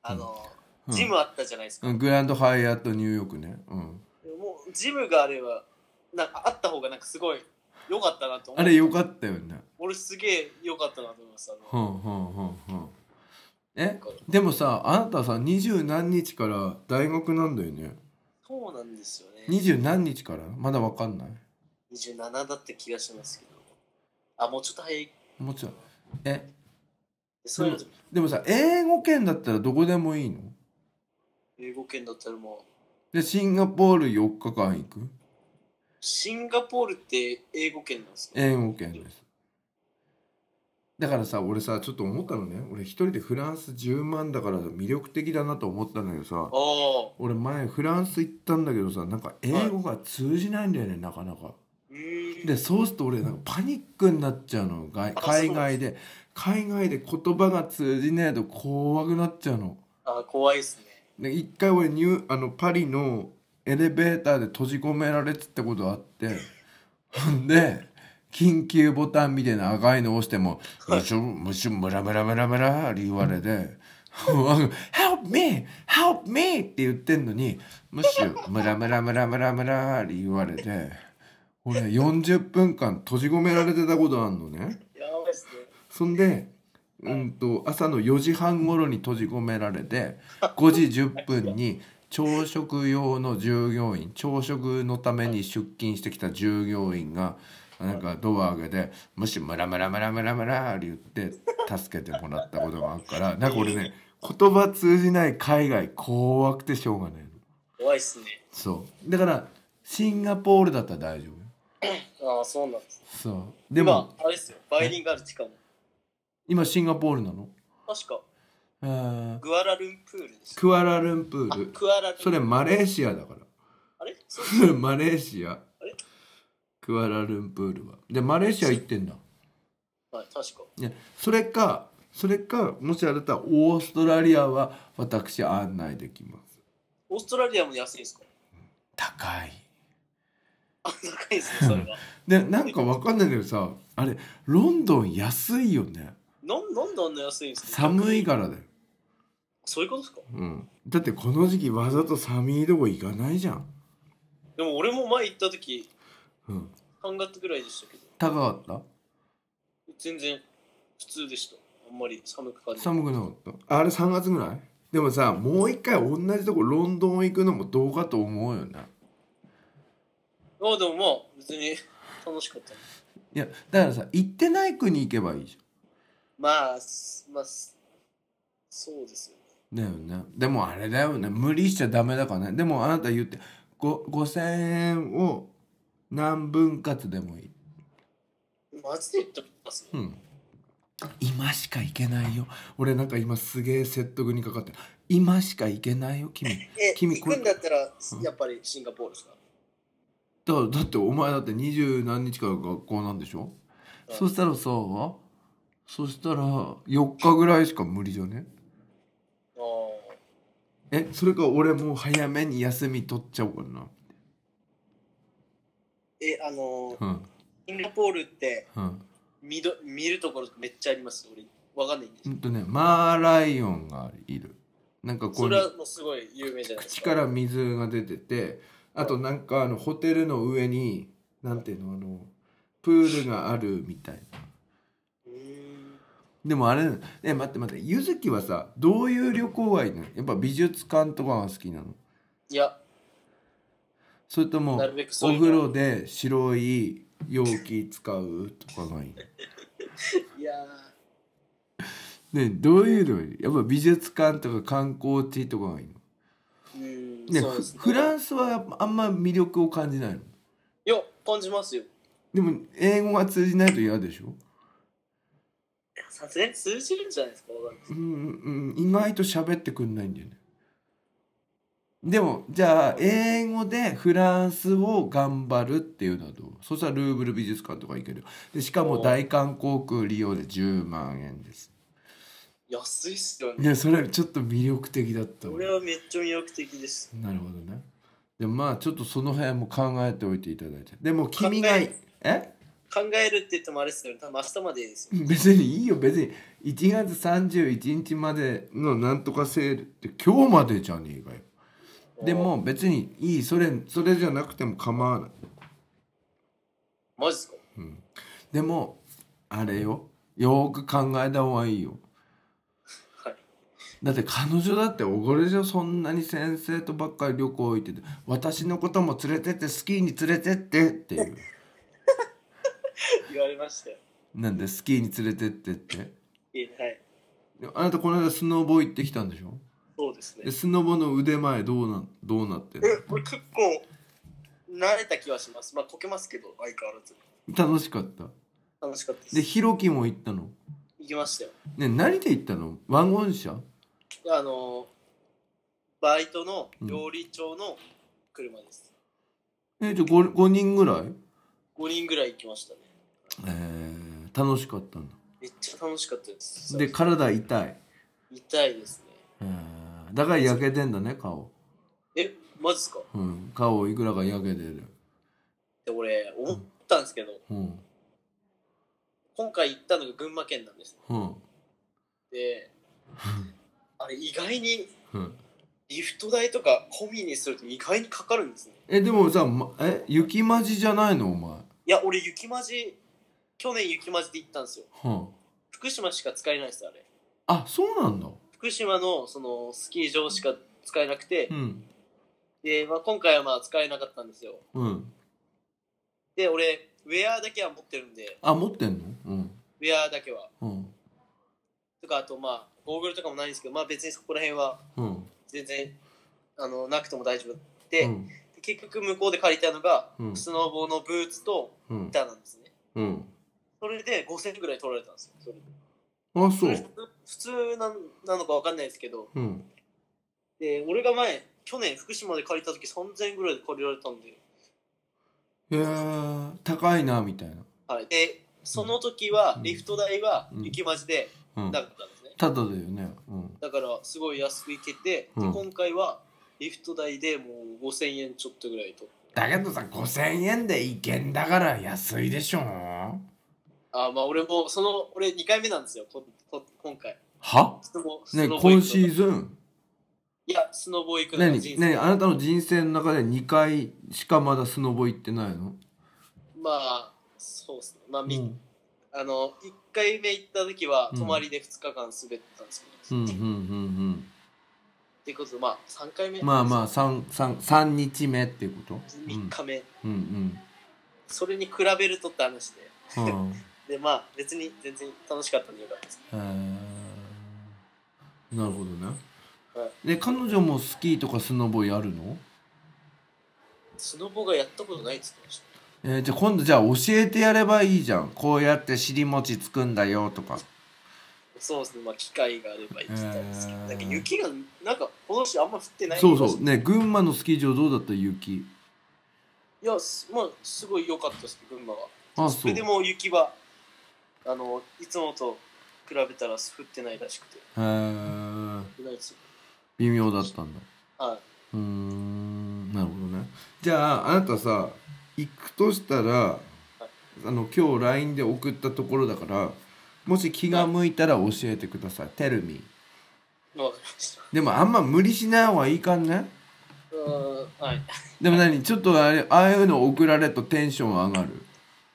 Speaker 3: あの、
Speaker 2: うん
Speaker 3: ジムあったじゃないですか、
Speaker 2: うん、グランドハイアットニューヨークね、うん、
Speaker 3: もうジムがあればなんかあった方がなんかすごい良かったなと思
Speaker 2: あ
Speaker 3: う
Speaker 2: れよかったよね
Speaker 3: 俺すげえ良かったなと思いますあ
Speaker 2: ほ
Speaker 3: の
Speaker 2: んほんほんほんえ
Speaker 3: なんか
Speaker 2: でもさあなたさ二十何日から大学なんだよね
Speaker 3: そうなんですよね
Speaker 2: 二十何日からまだわかんない
Speaker 3: 27だった気がしますけどあもうちょっと早い
Speaker 2: もちろんえ
Speaker 3: そういうの
Speaker 2: でもさ英語圏だったらどこでもいいの
Speaker 3: 英語圏だったらもう
Speaker 2: でシンガポール4日間行く
Speaker 3: シンガポールって英語圏なんですか
Speaker 2: 英語圏ですだからさ俺さちょっと思ったのね俺一人でフランス10万だから魅力的だなと思ったんだけどさ
Speaker 3: ああ
Speaker 2: 俺前フランス行ったんだけどさなんか英語が通じないんだよねなかなか。
Speaker 3: うーん
Speaker 2: でそうすると俺なんかパニックになっちゃうの外
Speaker 3: あ
Speaker 2: 海外で海外で言葉が通じねえと怖くなっちゃうの。
Speaker 3: あ怖いですね
Speaker 2: で一回俺ニューあのパリのエレベーターで閉じ込められてってことあって (laughs) ほんで緊急ボタンみたいな赤いの押しても「むしゅむしゅむらむらむらむら」って言われて (laughs) 「Help me! Help me!」って言ってんのに「むしゅむらむらむらむらむら」って言われて俺40分間閉じ込められてたことあんのね。
Speaker 3: やばいっすね。
Speaker 2: そんで、うん、と朝の4時半頃に閉じ込められて5時10分に朝食用の従業員朝食のために出勤してきた従業員がなんかドア開けて「もしムラムラムラムラムラ」って言って助けてもらったことがあるからなんか俺ね言葉通じない海外怖くてしょうがないの
Speaker 3: 怖いっすね。
Speaker 2: そうだからシンガポールだったら大丈夫
Speaker 3: ああ、そうなんです。
Speaker 2: そうでも
Speaker 3: 今、あれですよ。バイリンガルしかも。
Speaker 2: 今シンガポールなの
Speaker 3: 確か、
Speaker 2: あー
Speaker 3: グアラルンプールです。
Speaker 2: クアラルンプ
Speaker 3: あ
Speaker 2: ール
Speaker 3: クアラルン
Speaker 2: それマレーシアだから。
Speaker 3: あれそう
Speaker 2: それ (laughs) マレーシア
Speaker 3: れ。
Speaker 2: クアラルンプールは。で、マレーシア行ってんだ。
Speaker 3: はい、確か。
Speaker 2: ね、それか、それか、もしあれだったらオーストラリアは私案内できます。
Speaker 3: オーストラリアも安いんですか
Speaker 2: 高い。
Speaker 3: あ、高いですね、それは。
Speaker 2: で、なんかわかんないけどさ、あれ、ロンドン安いよね。
Speaker 3: なんなんであんな安いんですか
Speaker 2: 寒いからだよ。
Speaker 3: そういうことですか
Speaker 2: うん。だってこの時期わざと寒いとこ行かないじゃん。
Speaker 3: でも俺も前行った時
Speaker 2: うん。
Speaker 3: 半月ぐらいでしたけど、
Speaker 2: 高かった
Speaker 3: 全然普通でした。あんまり寒く感じない。
Speaker 2: 寒くなかったあれ3月ぐらいでもさもう一回同じとこロンドン行くのもどうかと思うよね
Speaker 3: あでもまあ、別に (laughs) 楽しかった。
Speaker 2: いやだからさ行ってない国行けばいいじ
Speaker 3: まあ、すまあ、すそうですよね。
Speaker 2: ゃんだよねでもあれだよね無理しちゃダメだからねでもあなた言ってご5,000円を何分割でもいい、
Speaker 3: マジで言ってます、ね
Speaker 2: うん、今しか行けないよ俺なんか今すげえ説得にかかってる今しか行けないよ君
Speaker 3: え、
Speaker 2: 君
Speaker 3: 行くんだったら
Speaker 2: うん、
Speaker 3: やっぱりシンガポールですか
Speaker 2: だだってお前だって二十何日から学校なんでしょ、
Speaker 3: うん
Speaker 2: そしたらさそしたら4日ぐらいしか無理じゃね
Speaker 3: ああ。
Speaker 2: えそれか俺もう早めに休み取っちゃおうかな
Speaker 3: え、あのー、
Speaker 2: うん
Speaker 3: シンガポールって
Speaker 2: うん
Speaker 3: 見ど見るところめっちゃあります。俺、わかんないんです
Speaker 2: う
Speaker 3: けど
Speaker 2: んとねマーライオンがいるなんかこ
Speaker 3: そうれはもうすごい有名じゃないです
Speaker 2: 口
Speaker 3: か。
Speaker 2: から水が出ててあとなんかあのホテルの上になんていうのあのプールがあるみたいな
Speaker 3: うーん
Speaker 2: でもあれえ待って待ってゆずきはさどういう旅行がいいのやっぱ美術館とかが好きなの
Speaker 3: いや、
Speaker 2: それとも
Speaker 3: なるべくそう
Speaker 2: お
Speaker 3: いう
Speaker 2: 風
Speaker 3: の
Speaker 2: 呂で白い容器使うとかがいい
Speaker 3: いや
Speaker 2: ねどういうのがいいやっぱ美術館とか観光地とかがいいの
Speaker 3: ー、うーん、
Speaker 2: ね
Speaker 3: そうですね。
Speaker 2: フフランスはやっぱあんま魅力を感じないの
Speaker 3: いや、感じますよ。
Speaker 2: でも英語が通じないと嫌でしょ
Speaker 3: さすがに通じるんじゃないですか、わかんないです
Speaker 2: うんうんうん意外と喋ってくんないんだよねでもじゃあ英語でフランスを頑張るっていうのはどうそしたらルーブル美術館とか行けるよでしかも大韓航空利用で10万円です
Speaker 3: 安いっすよ
Speaker 2: い
Speaker 3: ね。
Speaker 2: やそれちょっと魅力的だったわ
Speaker 3: 俺はめっちゃ魅力的です。
Speaker 2: なるほどねでまあちょっとその辺も考えておいていただいてでも君が
Speaker 3: 考え
Speaker 2: え
Speaker 3: 考えるって言ってもあれですよね。多分明日までですよ。
Speaker 2: (laughs) 別にいいよ別に1月31日までのなんとかセールって今日までじゃねえかよでも別にいいそれそれじゃなくても構わない、
Speaker 3: マジですか
Speaker 2: うん、でもあれよよーく考えた方がいいよ
Speaker 3: はい。
Speaker 2: だって彼女だっておごるじゃんそんなに先生とばっかり旅行行ってて私のことも連れてってスキーに連れてってって
Speaker 3: (laughs)
Speaker 2: いう
Speaker 3: 言われましたよ。
Speaker 2: なんでスキーに連れてってって
Speaker 3: いいねはい。
Speaker 2: であなたこの間スノボ行ってきたんでしょ
Speaker 3: そうですね
Speaker 2: で。スノボの腕前どうなんどうなってんの
Speaker 3: え、これ結構慣れた気はします。まあ、こけますけど、相変わらず。
Speaker 2: 楽しかった
Speaker 3: 楽しかった
Speaker 2: で
Speaker 3: です。
Speaker 2: ひろきも行ったの
Speaker 3: 行きましたよ。
Speaker 2: ね何で行ったのワゴン車
Speaker 3: あの、バイトの料理長の車です。
Speaker 2: えじゃあ 5, 5人ぐらい
Speaker 3: 5人ぐらい行きましたね。
Speaker 2: えー、楽しかったんだ
Speaker 3: めっちゃ楽しかったです。
Speaker 2: で体痛い、
Speaker 3: 痛いですね。
Speaker 2: えー、だから焼けてんだね顔
Speaker 3: え、マジっすか
Speaker 2: うん顔いくらか焼けてる
Speaker 3: で俺、思っったんですけど
Speaker 2: うん
Speaker 3: 今回行ったのが群馬県なんです
Speaker 2: うん
Speaker 3: であれ意外に
Speaker 2: うん
Speaker 3: リフト代とか込みにすると意外にかかるんですね
Speaker 2: えでもさ、ま、え雪まじじゃないのお前
Speaker 3: いや俺雪まじ去年雪まじで行ったんですよ
Speaker 2: うん
Speaker 3: 福島しか使えないですあれ
Speaker 2: あそうなんだ
Speaker 3: 福島のそのスキー場しか使えなくて、
Speaker 2: うん
Speaker 3: で、まあ、今回はまあ使えなかったんですよ
Speaker 2: うん
Speaker 3: で俺ウェアだけは持ってるんで
Speaker 2: あ持ってんのうん
Speaker 3: ウェアだけは
Speaker 2: うん
Speaker 3: とかあとまあゴーグルとかもないんですけどまあ別にそこら辺は
Speaker 2: うん
Speaker 3: 全然あのなくても大丈夫で,、
Speaker 2: うん
Speaker 3: 結局向こうで借りたのが、
Speaker 2: うん
Speaker 3: スノボのブーツと
Speaker 2: うん
Speaker 3: 板なんですね
Speaker 2: うん
Speaker 3: それで5000円ぐらい取られたんですよそれ
Speaker 2: あそう
Speaker 3: 普通普通なんなのかわかんないですけど
Speaker 2: うん
Speaker 3: で俺が前去年福島で借りた時3000円ぐらいで借りられたんで、
Speaker 2: へえ高いなみたいな
Speaker 3: はい、でその時は
Speaker 2: うん
Speaker 3: リフト代は
Speaker 2: うん
Speaker 3: 雪まじで
Speaker 2: うん
Speaker 3: なかったんですね、
Speaker 2: ただだよねうん
Speaker 3: だからすごい安く行けて、
Speaker 2: うん
Speaker 3: で今回はリフト代でもう5000円ちょっとぐらいと
Speaker 2: だけどさ5000円でいけんだから安いでしょ
Speaker 3: あまあ俺もその俺2回目なんですよここ今回
Speaker 2: は
Speaker 3: スノボス
Speaker 2: ね
Speaker 3: ノボ行くの
Speaker 2: 今シーズン
Speaker 3: いやスノボ行くのが
Speaker 2: 何
Speaker 3: 人生
Speaker 2: 何あなたの人生の中で2回しかまだスノボ行ってないの
Speaker 3: まあそうですねまあ、み
Speaker 2: うん
Speaker 3: あの1回目行った時は
Speaker 2: うん
Speaker 3: 泊まりで2日間滑ったんですけ
Speaker 2: うん
Speaker 3: ど、
Speaker 2: うんう
Speaker 3: っ
Speaker 2: んうん
Speaker 3: ていうことでまあ3回目、
Speaker 2: まあまあ 3, 三三日目っていうこと
Speaker 3: 3日目、
Speaker 2: うんうん
Speaker 3: それに比べるとって話で
Speaker 2: うんは
Speaker 3: でまあ別に全然楽しかったんでよかったです
Speaker 2: あへえなるほどね
Speaker 3: は
Speaker 2: で彼女もスキーとかスノボやるの
Speaker 3: スノボがやったことないですけど
Speaker 2: えー、じゃあ今度じゃあ教えてやればいいじゃんこうやって尻餅つくんだよとか
Speaker 3: そうですねまあ機会があれば行きたいですけど、
Speaker 2: えー
Speaker 3: なんか雪がなんか今年あんま降ってない
Speaker 2: そうそうね群馬のスキー場どうだった雪
Speaker 3: いやすまあすごい良かったです群馬は
Speaker 2: あ
Speaker 3: そ
Speaker 2: そう
Speaker 3: れでも雪はあのいつもと比べたら降ってないらしくて
Speaker 2: へー
Speaker 3: 降ってないですよ
Speaker 2: 微妙だったんだ
Speaker 3: は
Speaker 2: うーんなるほどねじゃああなたさ行くとしたらあの今日 LINE で送ったところだからもし気が向いたら教えてください「テルミ
Speaker 3: いわかりました
Speaker 2: でもあんま無理しない方がいいかんね
Speaker 3: うーんはい
Speaker 2: でも何ちょっとあれああいうの送られるとテンション上がる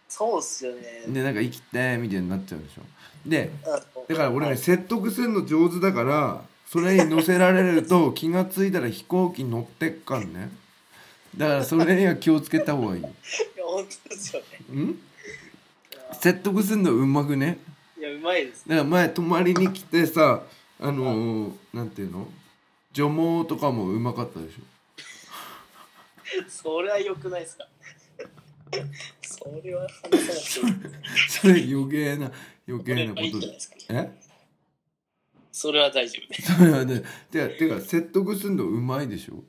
Speaker 3: そうっすよね
Speaker 2: でなんか生きてみたいになっちゃうでしょで
Speaker 3: あの
Speaker 2: だから俺ね、
Speaker 3: はい
Speaker 2: 説得するの上手だからそれに乗せられると気がついたら飛行機乗ってっかんねだからそれには気をつけた方がいい
Speaker 3: いや本当ですよね
Speaker 2: ん
Speaker 3: いや
Speaker 2: 説得するのうまくね
Speaker 3: いやうまいですね
Speaker 2: だから前泊まりに来てさあのー、なんていうの除毛とかもうまかったでしょ
Speaker 3: それは良くないですかそれは話さなくていい
Speaker 2: それ余計な余
Speaker 3: そ
Speaker 2: 計
Speaker 3: れ
Speaker 2: な
Speaker 3: は
Speaker 2: こ
Speaker 3: いいん
Speaker 2: と
Speaker 3: じゃ
Speaker 2: で
Speaker 3: ないですか
Speaker 2: え (laughs)
Speaker 3: それは大丈夫です
Speaker 2: それはねてかてか説得するのうまいでしょ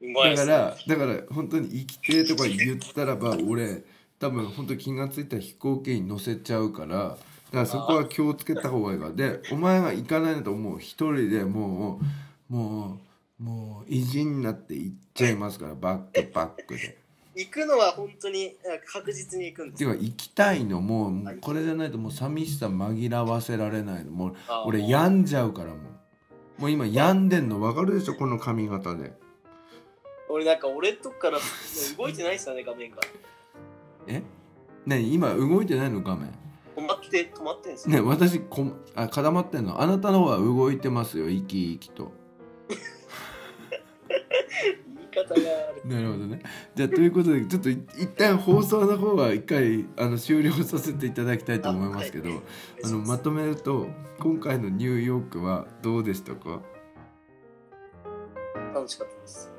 Speaker 3: うまい
Speaker 2: だ
Speaker 3: で
Speaker 2: か
Speaker 3: す
Speaker 2: らだから本当に生きてとか言ったらば俺多分本当気が付いたら飛行機に乗せちゃうからだからそこは気をつけた方がいいからでお前が行かないんだと思う一人でもうもうもう偉人になって行っちゃいますからバックパックで。
Speaker 3: 行くのは本当になんか確実に行くん
Speaker 2: っ
Speaker 3: です
Speaker 2: てい
Speaker 3: よ
Speaker 2: うか行きたいのもうもうこれじゃないともう寂しさ紛らわせられないのもう俺
Speaker 3: あー
Speaker 2: 病んじゃうからもうもう今病んでんの分かるでしょこの髪型で。
Speaker 3: 俺なんか俺のとこから動いてないですよね画面が
Speaker 2: えねえ今動いてないの画面
Speaker 3: 止まって止まってんですよ、
Speaker 2: ね私こんあ固まってんのあなたの方は動いてますよ生き生きと
Speaker 3: 言い方がある
Speaker 2: なるほどねじゃあということでちょっとい一旦放送の方は一回あの終了させていただきたいと思いますけど
Speaker 3: あ
Speaker 2: あ,、
Speaker 3: はい
Speaker 2: のまとめると今回のニューヨークはどうでしたか
Speaker 3: 楽しかったです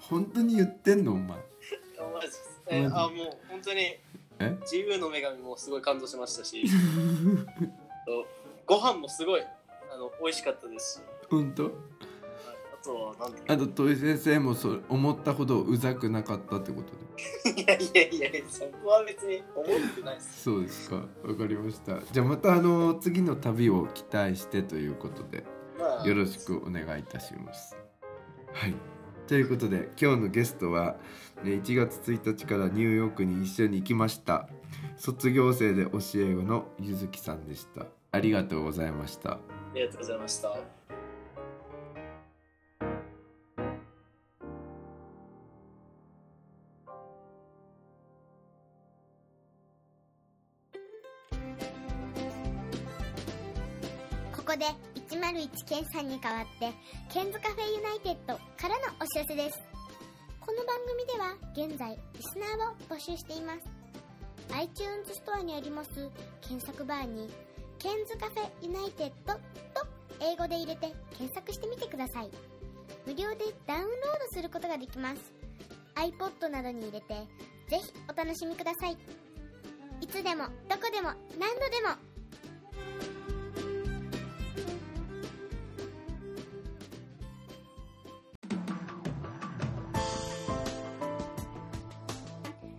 Speaker 2: 本当に言ってんのお前
Speaker 3: あマジですえ
Speaker 2: マジ
Speaker 3: あもう本当に
Speaker 2: え
Speaker 3: 自由の女神もすごい感動しまし
Speaker 2: (laughs)
Speaker 3: たしとご飯もすごいあの美味しかったですし
Speaker 2: 本当
Speaker 3: ああとはなんだ
Speaker 2: あと土井先生もそう思ったほどうざくなかったってことで
Speaker 3: いやいやいやそこは別に思ってないです
Speaker 2: そうですかわかりましたじゃあまたあの次の旅を期待してということで
Speaker 3: まあ
Speaker 2: よろしくお願いいたします。はい。ということで今日のゲストはね1月1日からニューヨークに一緒に行きました卒業生で教え子のゆずきさんでしたありがとうございました
Speaker 3: ありがとうございました。
Speaker 1: ここで101ケンさんに代わってケンズカフェユナイテッドからのお知らせですこの番組では現在リスナーを募集しています iTunes ストアにあります検索バーに「ケンズカフェユナイテッド」と英語で入れて検索してみてください無料でダウンロードすることができます iPod などに入れてぜひお楽しみくださいいつでもどこでも何度でも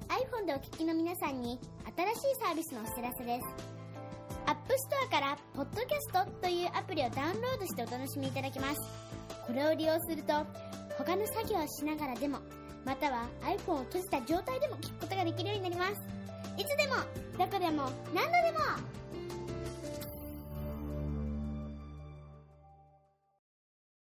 Speaker 1: iPhone でお聞きの皆さんに新しいサービスのお知らせです App Store から「Podcast」というアプリをダウンロードしてお楽しみいただけますこれを利用すると他の作業をしながらでもまたは iPhone を閉じた状態でも聞くことができるようになりますいつでもどこでも何度でも